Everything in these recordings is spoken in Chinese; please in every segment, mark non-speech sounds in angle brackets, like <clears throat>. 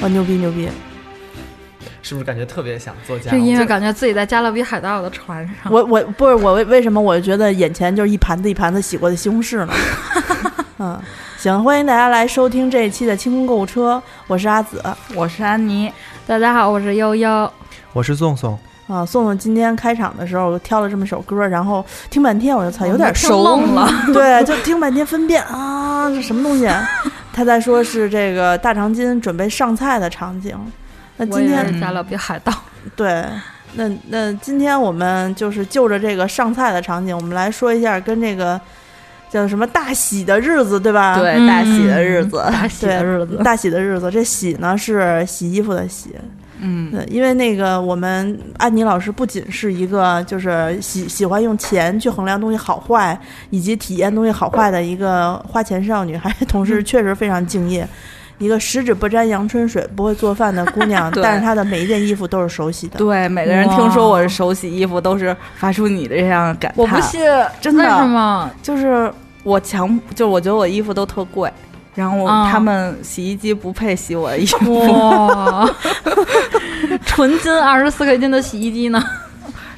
很哦牛逼牛逼。是不是感觉特别想做家务？这音乐感觉自己在加勒比海盗的船上。我我不是我为为什么我觉得眼前就是一盘子一盘子洗过的西红柿 <laughs> 呢？嗯，行，欢迎大家来收听这一期的清空购物车，我是阿紫我是安妮，大家好，我是悠呃悠。我是宋宋，啊。宋宋今天开场的时候挑了这么首歌，然后听半天，我就操，哎有点哦听愣了，对，就听半天分辨啊，这什么东西、 <laughs> 啊？他在说是这个大长今准备上菜的场景。那我今也天啊是加勒比海盗。对，那那今天我们就是就着这个上菜的场景，我们来说一下跟这个叫什么大喜的日子，对吧？ <laughs> 对，嗯大喜的日子， <laughs> 大喜的日子，大喜的日子，这喜呢是洗衣服的洗，嗯，对，因为那个我们安妮老师不仅是一个就是喜喜欢用钱去衡量东西好坏，以及体验东西好坏的一个花钱少女，还同嗯时确实非常敬业。一个十指不沾阳春水、不会做饭的姑 <laughs> 娘，对但是她的每一件衣服都是手洗的。对，每个人听说我是手洗衣服，都是发出你的这样感叹。我不信，真的为 <laughs> 什么？就是我强，就是我觉得我衣服都特贵，然后啊他们洗衣机不配洗我的衣服，哦哇，纯金二十四克斤的洗衣机呢？ <laughs>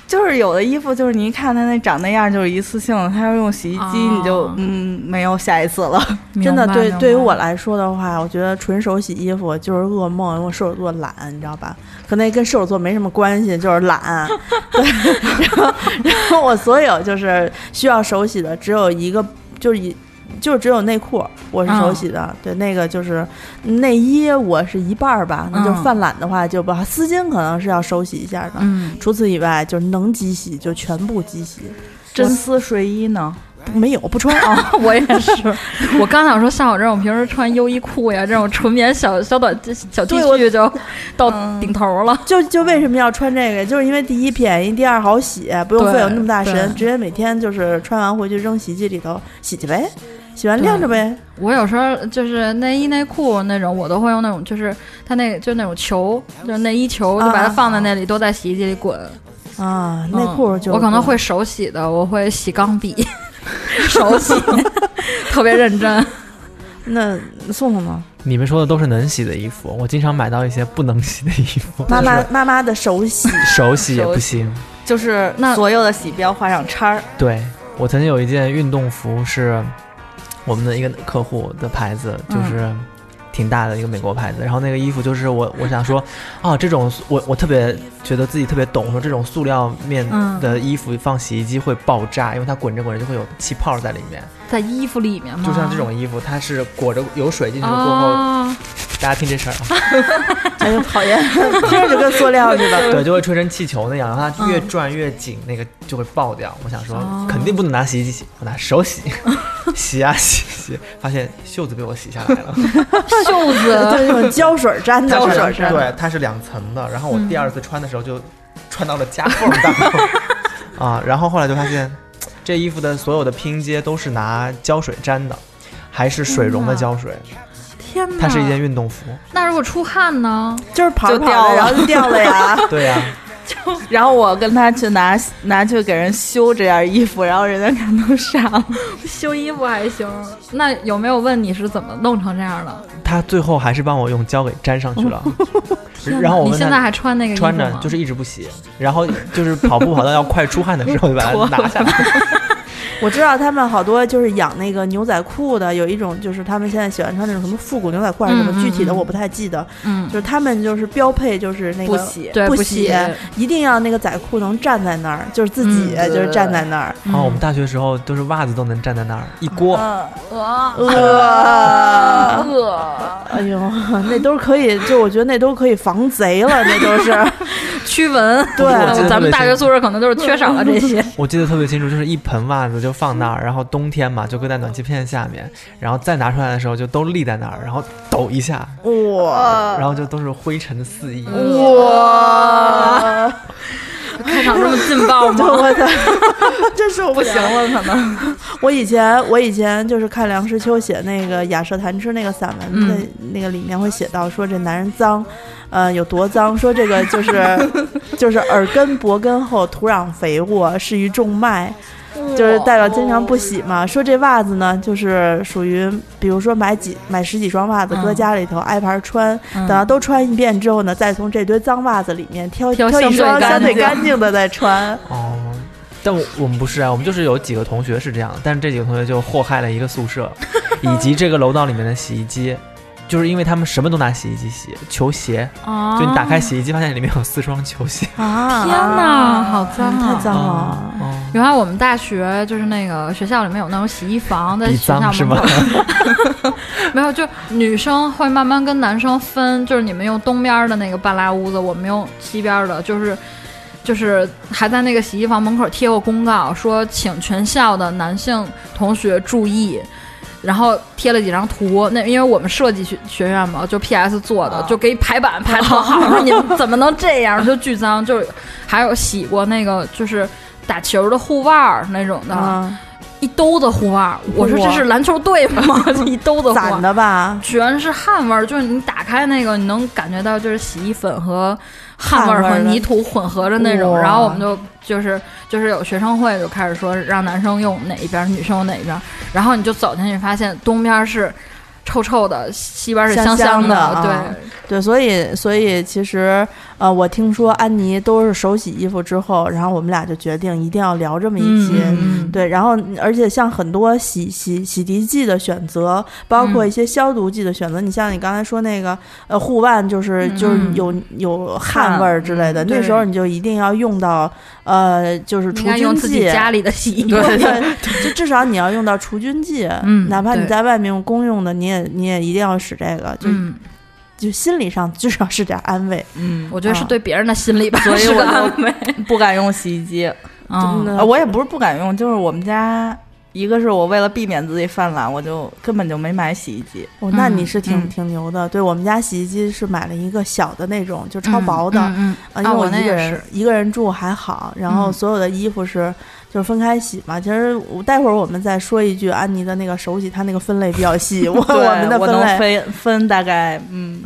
就是有的衣服就是你一看它那长那样就是一次性的，它要用洗衣机哦你就、嗯没有下一次了。真的，明白对对于我， <laughs> 明白来说的话，我觉得纯手洗衣服就是噩梦，因为我射手座懒，你知道吧？可能也跟射手座没什么关系，就是 <laughs> 懒。对，然后然后我所有就是需要手洗的只有一个，就是一。就只有内裤我是手洗的，嗯对那个就是内衣我是一半儿吧，那就嗯犯懒的话就不好，丝巾可能是要手洗一下的，嗯，除此以外就是能机洗就全部机洗， <laughs> 真丝睡衣呢？不没有不穿啊。我也 <laughs> 是。我刚想说，像我这种平时穿优衣库呀，这种纯棉小小短小 T 对我嗯恤就到顶头了。就就为什么要穿这个？就是因为第一便宜，第二好洗，不用对费有那么大神，对直接每天就是穿完回去扔洗衣机里头洗去呗，洗完晾着呗。我有时候就是内衣内裤那种，我都会用那种，就是它那就那种球，就是内衣球，啊就把它放在那里，都在洗衣机里滚。啊，嗯内裤就我可能会手洗的，我会洗钢笔， <laughs> 手洗， <laughs> 特别认真。那宋宋呢？你们说的都是能洗的衣服，我经常买到一些不能洗的衣服，妈妈妈妈的手 <laughs> 洗手洗也不行。就是那所有的洗标画上叉儿，对我曾经有一件运动服是我们的一个客户的牌子，嗯就是挺大的一个美国牌子。然后那个衣服就是我我想说，啊，这种我我特别觉得自己特别懂，说这种塑料面嗯的衣服放洗衣机会爆炸，因为它滚着滚着就会有气泡在里面。在衣服里面吗？就像这种衣服，它是裹着有水进去过后，啊，大家听这声儿啊。哎呦讨厌， <laughs> 听着就跟塑料似 <laughs> 的。 <laughs> 对，就会吹成气球那样，然后它越嗯转越紧，那个就会爆掉。我想说哦，肯定不能拿洗衣机洗，我拿手洗， <laughs> 洗啊洗洗，发现袖子被我洗下来 <laughs> 了，袖 <laughs> 子就那种胶水粘的，它是是吧对，它是两层的。然后我第二次穿的时候就穿到了夹缝当 <laughs> 中啊，然后后来就发现这衣服的所有的拼接都是拿胶水粘的，还是水溶的胶水，天哪！它是一件运动服。那如果出汗呢？就是跑着就跑着掉了然后就掉了呀。 <laughs> 对呀、然后我跟他去拿拿去给人修这件衣服，然后人家看都傻了。修衣服还行。那有没有问你是怎么弄成这样的？他最后还是帮我用胶给粘上去 <laughs> 了。然后我你问现他在还穿那个衣服吗嗯穿着就是一直不洗，然后 <laughs> 就是跑步跑到要快出汗的时候就把它拿 <laughs> 下来。我知道他们好多就是养那个牛仔裤的，有一种就是他们现在喜欢穿那种什么复古牛仔裤啊还是什么，嗯嗯具体的嗯我不太记得。嗯就，是他们就是标配就是那个不洗对，不洗，洗一定要那个仔裤能站在那儿，就是自己呃嗯就是站在那儿。然后我们大学时候都是袜子都能站在那儿一锅，嗯，呃呃，呃， <laughs> 哎呦，那都可以，就我觉得那都可以防贼了，那都是驱蚊。对我记得特别咱们大学清宿舍可能就是缺少了这些。我记得特别清楚，就是一盆袜子就放那儿，然后冬天嘛就搁在暖气片下面，然后再拿出来的时候就都立在那儿，然后抖一下，哇然后就都是灰尘四溢。嗯哇， <laughs> 开场这么劲爆就 <laughs> 吗？ <laughs> 我的， <laughs> 这是我不不行了，可能我以前我以前就是看梁实秋写那个《雅舍谈吃》那个散文，嗯那、那个里面会写到说这男人脏，呃有多脏，说这 <laughs> 个就是就是耳根、脖根后土壤肥沃，适于种麦。就是代表经常不洗嘛。说这袜子呢，就是属于，比如说买几买十几双袜子嗯搁家里头挨排穿，嗯等到都穿一遍之后呢，再从这堆脏袜子里面挑挑一相对双干相对净干净的再穿。哦，但我我们不是啊，我们就是有几个同学是这样，但是这几个同学就祸害了一个宿 <laughs> 舍，以及这个楼道里面的洗衣机，就是因为他们什么都拿洗衣机洗，球鞋，啊就你打开洗衣机发现里面有四双球鞋。啊！天哪，好脏嗯太啊！脏了。哦，原来我们大学就是那个学校里面有那种洗衣房，在比学校脏是门吗口？ <laughs> 没有，就女生会慢慢跟男生分，就是你们用东边的那个半拉屋子，我们用西边的，就是就是还在那个洗衣房门口贴过公告，说请全校的男性同学注意。然后贴了几张图，那因为我们设计学学院嘛，就 PS 做的，啊就给排版排特好，说你们怎么能这样，就巨脏。就是还有洗过那个就是打球的护腕儿那种的，啊，一兜子护腕儿。我说哇这是篮球队 <laughs> 吗？一兜子护腕攒儿。的吧？全是汗味儿，就是你打开那个，你能感觉到就是洗衣粉和汗味汗儿味儿和的泥土混合的那种。哇然后我们就就是就是有学生会就开始说让男生用哪一边儿，女生用哪一边儿。然后你就走进去，发现东边儿是臭臭的，西边儿是香香香的啊对，对，所以所以其实呃，我听说安妮都是手洗衣服之后，然后我们俩就决定一定要聊这么一集。嗯对，然后而且像很多洗洗洗涤剂的选择，包括嗯一些消毒剂的选择，你像你刚才说那个呃护腕，就是就是嗯有有汗味儿之类的，嗯那对时候你就一定要用到呃就是应除该用菌自己剂。家里的洗衣 <laughs> 粉。对对，就至少你要用到除菌剂，嗯哪怕你对在外面用公用的，你也你也一定要使这个，就、嗯，就心理上至少是点安慰。嗯，我觉得是啊对别人的心理吧，所以是个我 <laughs> 就安慰。不敢用洗衣机，真嗯的呃我也不是不敢用，就是我们家。一个是我为了避免自己犯懒，我就根本就没买洗衣机。哦，那嗯你是挺、嗯挺牛的。对我们家洗衣机是买了一个小的那种，就超薄的，嗯嗯啊，嗯因为啊我那一个也人、是一个人住还好，然后嗯所有的衣服是就是分开洗嘛。其实我待会儿我们再说一句，安妮的那个手洗，它那个分类比较细， <laughs> 我对，们的我分能类，分分大概嗯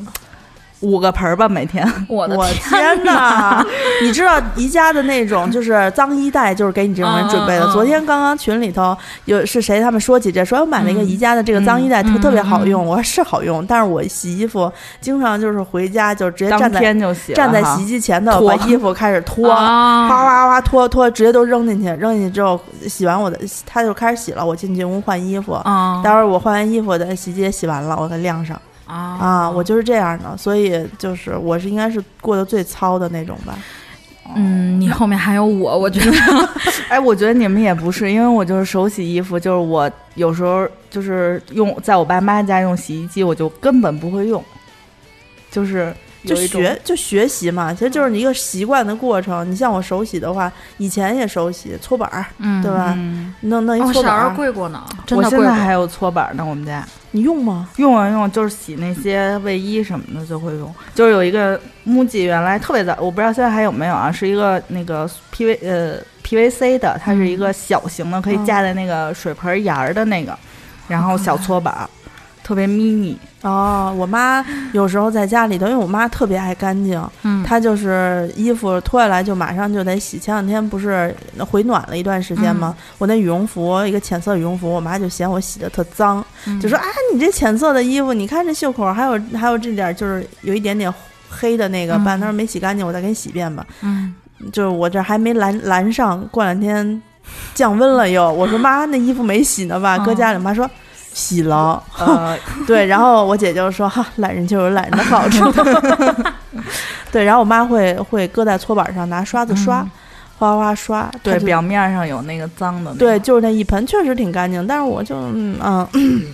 五个盆儿吧，每天。嗯我的我天哪！你知道宜家的那种就是脏衣袋，就是给你这种人准备的。嗯嗯嗯昨天刚刚群里头有是谁他们说起这，说我买了一个宜家的这个脏衣袋，嗯特嗯特别好嗯用。我说是好用，但是我洗衣服经常就是回家就直接当站在天就洗了站在哈洗衣机前头，脱把衣服开始脱。啊哗哗哗脱脱，直接都扔进去，扔进去之后洗完我的，他就开始洗了。我进进屋换衣服，啊待会儿我换完衣服，我在洗衣机也洗完了，我给晾上啊！啊。我就是这样的，所以就是我是应该是过得最糙的那种吧。嗯，你后面还有我，我觉得哎，我觉得你们也不是，因为我就是手洗衣服，就是我有时候就是用在我爸妈家用洗衣机，我就根本不会用，就是就有一种学就学习嘛，其实嗯就是一个习惯的过程。你像我手洗的话，以前也手洗搓板儿，嗯对吧？哎嗯，弄弄我一搓哦小板时儿，候跪过呢，真我的现跪在过。还有搓板呢，我们家你用吗？用啊用，就是洗那些卫衣什么的就会用，就是有一个木记原来特别早，我不知道现在还有没有啊，是一个那个 PV 呃 PVC 的，它是一个小型的，可以嗯架在那个水盆沿儿的那个，然后小搓板儿，特别 mini。哦，我妈有时候在家里头，因为我妈特别爱干净，嗯，她就是衣服脱下来就马上就得洗。前两天不是回暖了一段时间吗？嗯我那羽绒服一个浅色羽绒服，我妈就嫌我洗的特脏，嗯就说啊，你这浅色的衣服，你看这袖口还有还有这点儿就是有一点点黑的那个嗯斑，她说没洗干净，我再给你洗一遍吧。嗯，就是我这还没拦拦上，过两天降温了又，我说妈，那衣服没洗呢吧？嗯搁家里，妈说。洗了， <laughs> 呃，对，然后我姐就说：“哈，懒人就有懒人的好处。” <laughs> 对，然后我妈会会搁在搓板上，拿刷子嗯刷，哗哗哗刷。对她，就表面上有那个脏的、那对，个。就是那一盆确实挺干净，但是我就嗯啊，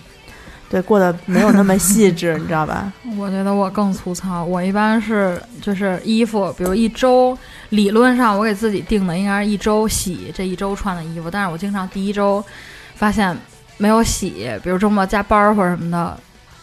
<clears throat> 对，过得没有那么细致，你知道吧？我觉得我更粗糙。我一般是就是衣服，比如一周，理论上我给自己定的应该是一周洗这一周穿的衣服，但是我经常第一周发现没有洗，比如周末加班儿或者什么的。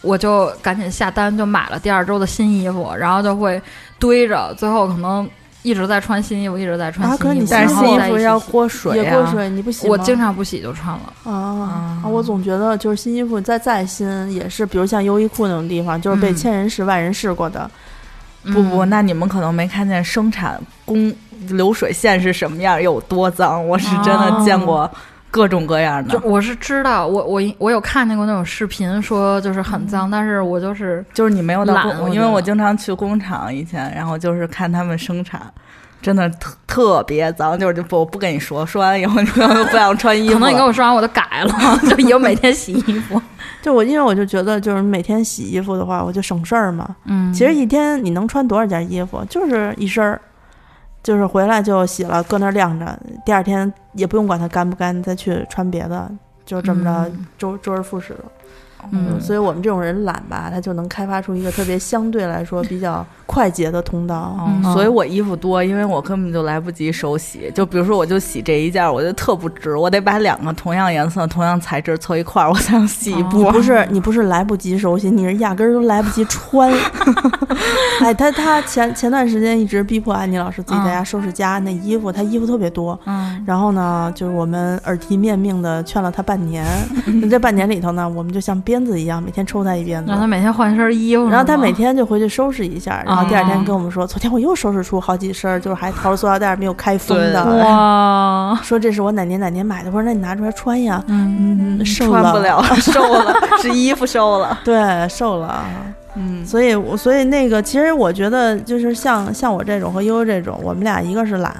我就赶紧下单，就买了第二周的新衣服，然后就会堆着，最后可能一直在穿新衣服，一直在穿啊新可是衣你服。但是然新后衣再一服起要洗过水也啊，过水，你不洗吗？我经常不洗就穿了。啊啊！我总觉得就是新衣服再再新也是，比如像优衣库那种地方，就是被嗯千人试万人试过的，不不，那你们可能没看见生产工流水线是什么样，有多脏。我是真的见过各种各样的，就我是知道，我我我有看见过那种视频，说就是很脏，但是我就是就是你没有到懒工，我因为觉我得经常去工厂以前，然后就是看他们生产。真的特特别脏，就是就不我不跟你说，说完以后你可能不想穿 <laughs> 衣服了。可能你跟我说完我就改了，就以后每天洗衣服。就我，因为我就觉得，就是每天洗衣服的话，我就省事儿嘛。嗯，其实一天你能穿多少件衣服？就是一身儿，就是回来就洗了，搁那儿晾着，第二天也不用管它干不干，再去穿别的，就这么着嗯周周而复始了。嗯所以我们这种人懒吧，他就能开发出一个特别相对来说比较快捷的通道。哦嗯所以我衣服多，因为我根本就来不及手洗。就比如说，我就洗这一件，我就特不值，我得把两个同样颜色、同样材质凑一块儿，我才能洗哦你一波。不是你不是来不及手洗，你是压根儿都来不及穿。 <laughs> 哎，他他前前段时间一直逼迫安妮老师自己在家收拾家，那衣服他衣服特别多，嗯，然后呢，就是我们耳提面命的劝了他半年。那这半年里头呢，我们就像鞭子一样，每天抽他一鞭子让。他每天换一身衣服，然后他是吗每天就回去收拾一下，然后第二天哦跟我们说，昨天我又收拾出好几身儿，就是还掏着塑料袋没有开封的，哇，说这是我哪年哪年买的。我说那你拿出来穿呀，嗯， <laughs> 嗯，瘦穿不，了， <laughs> 瘦了，是衣服瘦了。对，瘦了。嗯，所以我所以那个，其实我觉得就是像像我这种和悠悠这种，我们俩一个是懒，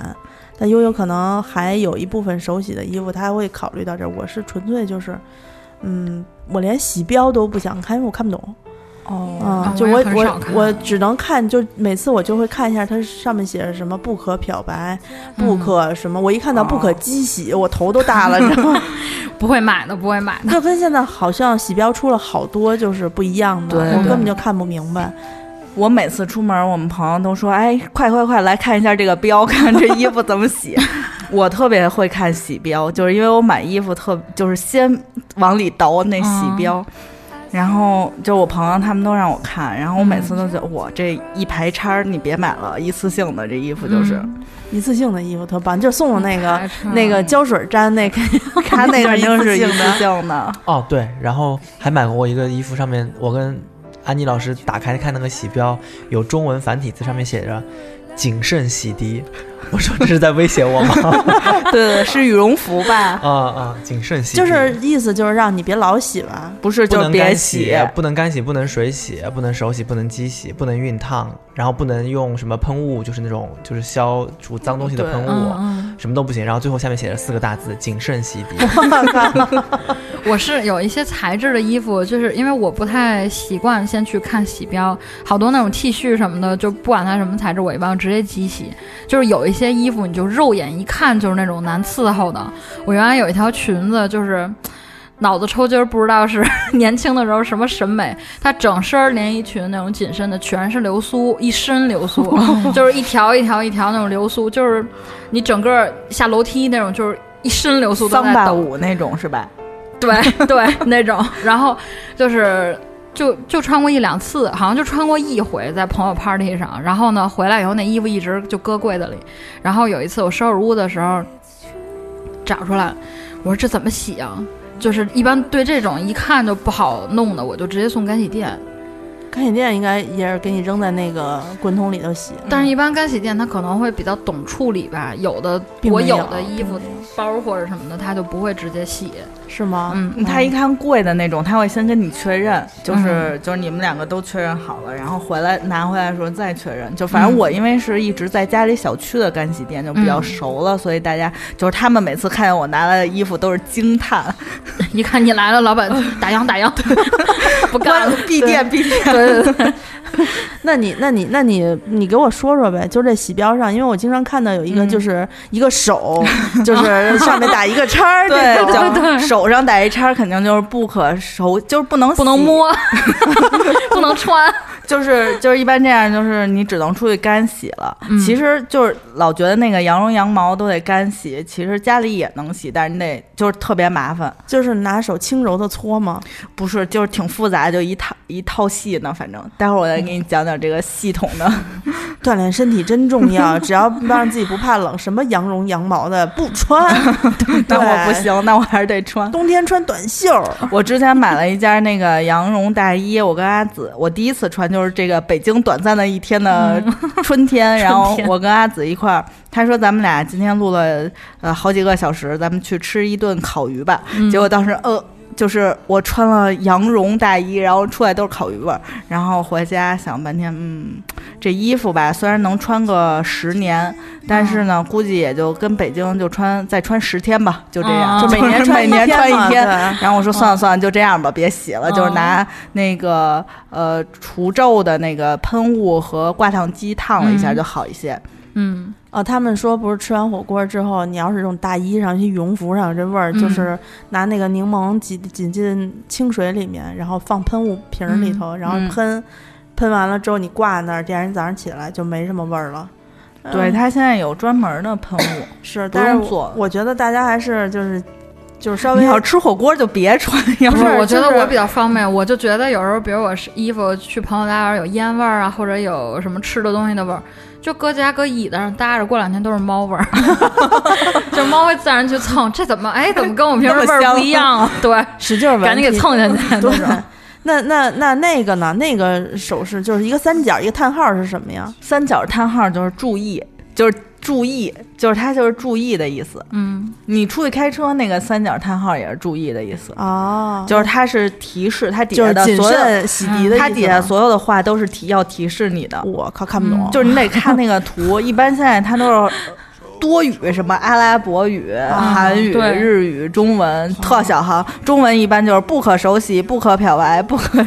但悠悠可能还有一部分手洗的衣服，她还会考虑到这儿。我是纯粹就是，嗯，我连洗标都不想看，因为我看不懂。哦，啊、啊就我也我很少我看我只能看，就每次我就会看一下它上面写着什么不可漂白，嗯不可什么，我一看到不可机洗，我头都大 <laughs> 了，你知道吗？不会买的，不会买的。就跟现在好像洗标出了好多就是不一样的，对我根对本就看不明白。我每次出门，我们朋友都说：“哎，快快快，来看一下这个标， <laughs> 看这衣服怎么洗。” <laughs> 我特别会看洗标，就是因为我买衣服特就是先往里倒那洗标，然后就我朋友他们都让我看，然后我每次都觉得我这一排叉儿你别买了，一次性的这衣服就是，一次性的衣服特棒，就送了那个还是那个胶水粘那个， <laughs> 他那肯定是一一次性次的性的。 <laughs> 哦，对，然后还买过一个衣服，上面我跟安妮老师打开看那个洗标，有中文繁体字，上面写着“谨慎洗涤”。 <laughs> 我说这是在威胁我吗？对对，是羽绒服吧？啊啊，谨慎洗涤，就是意思就是让你别老洗吧。 <laughs> 不是，不就是能别干洗洗，，不能干洗，不能水洗，不能手洗，不能机洗，不能熨烫，然后不能用什么喷雾，就是那种就是消除脏东西的对喷雾。嗯什么都不行，然后最后下面写着四个大字“谨慎洗涤”。嗯，我是有一些材质的衣服，就是因为我不太习惯先去看洗标，好多那种 T 恤什么的，就不管它什么材质，我一般直接机洗。就是有一些衣服，你就肉眼一看就是那种难伺候的。我原来有一条裙子，就是。脑子抽筋儿，不知道是 <laughs> 年轻的时候什么审美。它整身儿连衣裙那种紧身的，全是流苏，一身流苏，哦就是一条一条一条那种流苏，就是你整个下楼梯那种，就是一身流苏都桑在巴抖。舞那种是吧？ <laughs> 对对，那种。然后就是就就穿过一两次，好像就穿过一回在朋友 party 上。然后呢，回来以后那衣服一直就搁柜子里。然后有一次我收拾屋的时候找出来，我说这怎么洗啊？就是一般对这种一看就不好弄的，我就直接送干洗店。嗯干洗店应该也是给你扔在那个滚筒里头洗，但是，一般干洗店它可能会比较懂处理吧，有的并我没有有的衣并服没有包或者什么的，它就不会直接洗。是吗？嗯，他一看贵的那种，他会先跟你确认，就是、就是你们两个都确认好了，然后回来拿回来的时候再确认。就反正嗯我因为是一直在家里小区的干洗店，就比较嗯熟了，所以大家就是他们每次看见我拿来的衣服都是惊 <laughs> 叹，一看你来了，老 <laughs> 板打烊打烊，不干关了。闭店闭店。对对对，那你那你那你你给我说说呗，就这洗标上，因为我经常看到有一个嗯就是一个 <laughs> 手，就是上面打一个叉儿，对，这种就手上打一叉，肯定就是不可熟，就是不能 <laughs> 不能 <laughs> 洗，摸，不能穿。就是就是一般这样，就是你只能出去干洗了。嗯其实就是老觉得那个羊绒、羊毛都得干洗，其实家里也能洗，但是你得就是特别麻烦。就是拿手轻柔的搓嘛。不是，就是挺复杂，就一套一套戏呢。反正待会儿我再给你讲讲这个系统的 <laughs> 锻炼身体真重 <laughs> 要，只要让自己不怕冷，什么羊绒、羊毛的不 <laughs> 穿，那我不行，那我还是得穿。冬天穿短袖。我之前买了一件那个羊绒大衣，我跟阿紫，我第一次穿就是这个北京短暂的一天的嗯 <laughs> 春天，然后我跟阿紫一块儿，他说咱们俩今天录了呃好几个小时，咱们去吃一顿烤鱼吧。嗯结果当时呃。就是我穿了羊绒大衣，然后出来都是烤鱼味儿，然后回家想半天，嗯，这衣服吧，虽然能穿个十年，但是呢，估计也就跟北京就穿再穿十天吧，就这样，啊就每年就是穿每年天嗯哦穿嘛一天，哦对然后我说算了算了，就这样吧，别洗了，嗯就是拿那个呃除皱的那个喷雾和挂烫机烫了一下嗯就好一些。嗯，哦，他们说不是吃完火锅之后，你要是用大衣上、去羽绒服上，这味儿嗯就是拿那个柠檬挤挤进清水里面，然后放喷雾瓶儿里头，然后嗯喷，喷完了之后你挂那儿，第二天早上起来就没什么味儿了。对，嗯它现在有专门的喷雾，是，不但是用我做我觉得大家还是就是就是稍你微要吃火锅就别穿，要不是，嗯我觉得就是我比较方便，我就觉得有时候，比如我是衣服去朋友家玩儿有烟味儿啊，或者有什么吃的东西的味儿，就搁家搁椅子上搭着，过两天都是猫味儿， <laughs> 就猫会自然去蹭，这怎么哎怎么跟我平时味儿不一样啊？对， <laughs> 使劲儿闻，赶紧给蹭 <laughs> 下对去。那种，那那那那个呢？那个手势就是一个三角，一个叹号是什么呀？三角叹号就是注意，就是注意，就是它就是注意的意思。嗯，你出去开车那个三角叹号也是注意的意思，哦，就是它是提示，它底就下是的谨所有，嗯慎洗涤的意思吗。它底下所有的话都是提要提示你的。我靠，看不懂，嗯就是你得看那个图，一般现在它都是多语，什么阿拉伯语、啊韩语、对日语、中文，特小行。中文一般就是不可熟悉、不可漂白、不可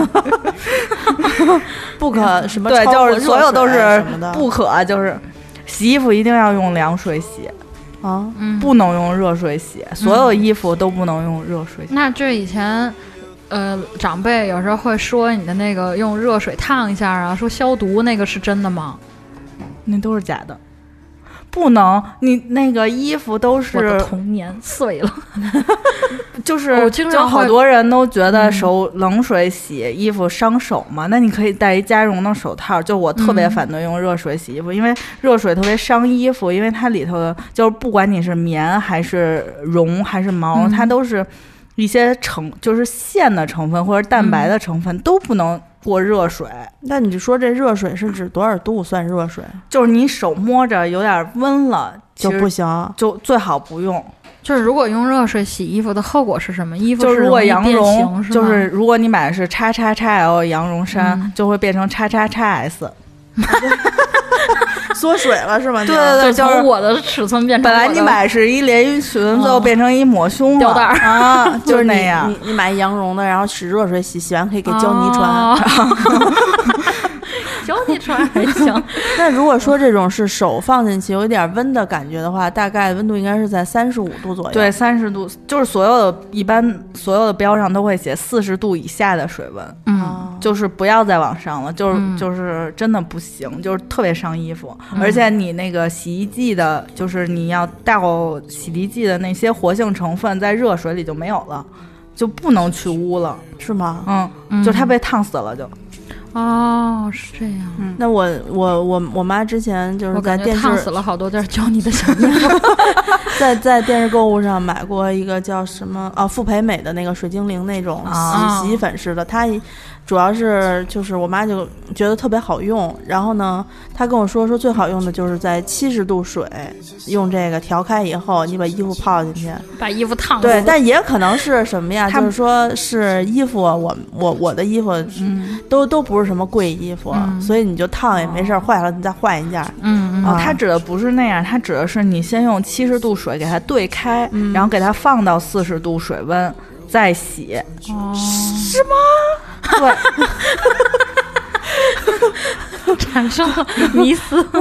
不可什么对，超就过是所有都热水啊是什么的不可，就是洗衣服一定要用凉水洗，啊，嗯，不能用热水洗，所有衣服都不能用热水洗。那这以前。呃，长辈有时候会说你的那个用热水烫一下啊，说消毒那个是真的吗？那都是假的。不能，你那个衣服都我的是，童年碎了。 <laughs> 就是我经常就哦好会多人都觉得嗯手冷水洗衣服伤手嘛，那你可以戴一加绒的手套。就我特别嗯反对用热水洗衣服，因为热水特别伤衣服，因为它里头的就是不管你是棉还是绒还是毛，嗯它都是一些成就是线的成分或者蛋嗯白的成分、都不能过热水。那你就说这热水是指多少度算热水就是你手摸着有点温了，其就实不 <laughs> 行？就最好不用。就是如果用热水洗衣服的后果是什么？衣服就是如果容易羊变绒，形是就吗是如果你买的是叉叉叉 L 羊绒衫，嗯就会变成叉叉叉 S。缩水了是吗？对对对，就就是从我的尺寸变成本来我你的买是一连衣裙，嗯最后变成一抹胸了吊带儿 <laughs> 啊，就就是是你那样你。你买羊绒的，然后使热水洗，洗完可以给胶泥 <laughs> 穿。哦，胶泥穿还 <laughs> 行。那如果说这种是手放进去有一点温的感觉的话，大概温度应该是在三十五度左右。对，，三十度就是所有的，一般所有的标上都会写四十度以下的水温，嗯，啊，就是不要再往上了，就是、嗯就是真的不行，就是特别伤衣服，嗯而且你那个洗衣剂的，就是你要倒洗涤剂的那些活性成分在热水里就没有了，就不能去污了，是吗？嗯，嗯就是它被烫死了就，哦，是这样。嗯那我我我我妈之前就是我在感觉电烫视死了好多件胶泥的小 <laughs> 衣服。在在电视购物上买过一个叫什么啊傅培美的那个水精灵那种洗、啊洗衣粉似的，它一主要是就是我妈就觉得特别好用，然后呢，她跟我说说最好用的就是在七十度水用这个调开以后，你把衣服泡进去。把衣服烫死。对，但也可能是什么呀？他就们是说是衣服，啊我我我的衣服嗯，都都不是什么贵衣服，嗯所以你就烫也没事儿，坏了你再换一件儿。嗯嗯啊哦，它指的不是那样，它指的是你先用七十度水给它兑开，嗯然后给它放到四十度水温再洗， <laughs> <laughs> 哦，对。产生了迷思。对，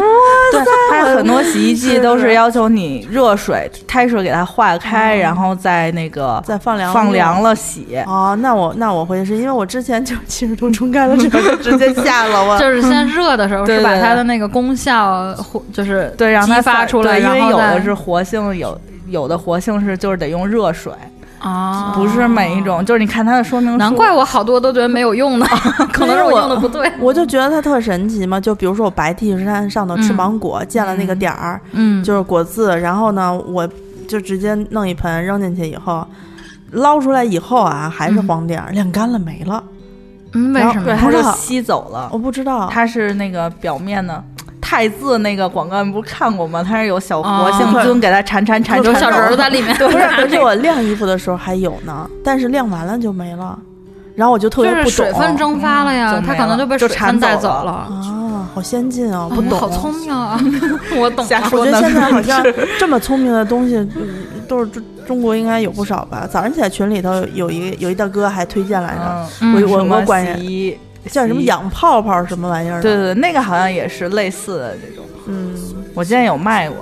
它很多洗衣机都是要求你热水、开水给它化开，嗯然后再那个再放凉放了凉了洗。哦，那我那我回去是因为我之前就七十度冲开了之后就直接下了我。就是先热的时候对是把对它的那个功效，或就是对，让它激发散出来，对因然为后有再的是活性，有有的活性是就是得用热水，啊，不是每一种，就是你看它的说明书。难怪我好多都觉得没有用的，可能是我用的不对。我就觉得它特神奇嘛。就比如说我白 T 恤衫上头吃嗯芒果，见了那个点儿，嗯，就是果子，然后呢，我就直接弄一盆扔进去以后。捞出来以后啊，还是嗯黄点儿，晾干了没了，嗯，为然后什么对，不呀？知它就道吸走了我。不知道。它是那个表面的汰渍那个广告，你不是看过吗？它是有小活哦性菌给它缠缠缠，有缠小走人儿了在里 <laughs> 面，不是，而且 <laughs> 我晾衣服的时候还有呢，但是晾完了就没了，然后我就特就别不是懂。水分蒸发了呀，嗯就它没可能了被就水缠分带走了了。啊，好先进啊，我不哦你懂。好聪明啊！我懂瞎了。我说觉得呢现在好 <laughs> 像嗯这么聪明的东西，嗯都是中中国应该有不少吧。早上起来群里头有一有一大哥还推荐来着，嗯，嗯我我什么我管人洗衣叫什么洗衣养泡泡什么玩意儿的。对，对对，那个好像也是类似的这种，嗯，我之前有卖过。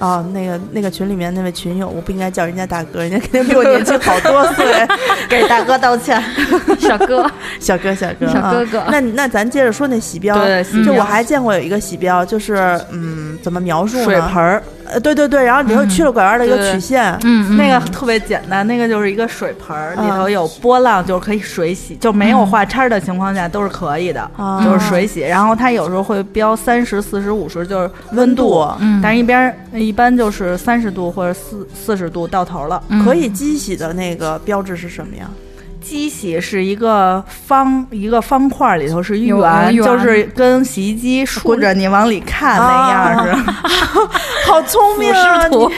啊，那个那个群里面那位群友，我不应该叫人家大哥，人家肯定比我年轻好多岁。给大哥道 <laughs> 歉。小哥，小哥，小哥，小啊哥哥那那咱接着说那洗标，对，嗯洗就脚我还见过有一个洗标，就是嗯，怎么描述呢？水盆儿，呃，对对对，然后里头去了拐弯的一个对曲线，嗯，那个特别简单，那个就是一个水盆儿，嗯里头有波浪，就是可以水洗，就嗯没有画叉的情况下都是可以的，哦啊就是水洗。然后它有时候会标三十、四十、五十，就是温度度。嗯，但是一边一般就是三十度或者四四十度到头了。嗯可以机洗的那个标志是什么呀？机洗是一个方一个方块儿里头是一有圆，圆就是跟洗衣机竖着你往里看那哦样似 <laughs> 的。好聪明啊！俯视图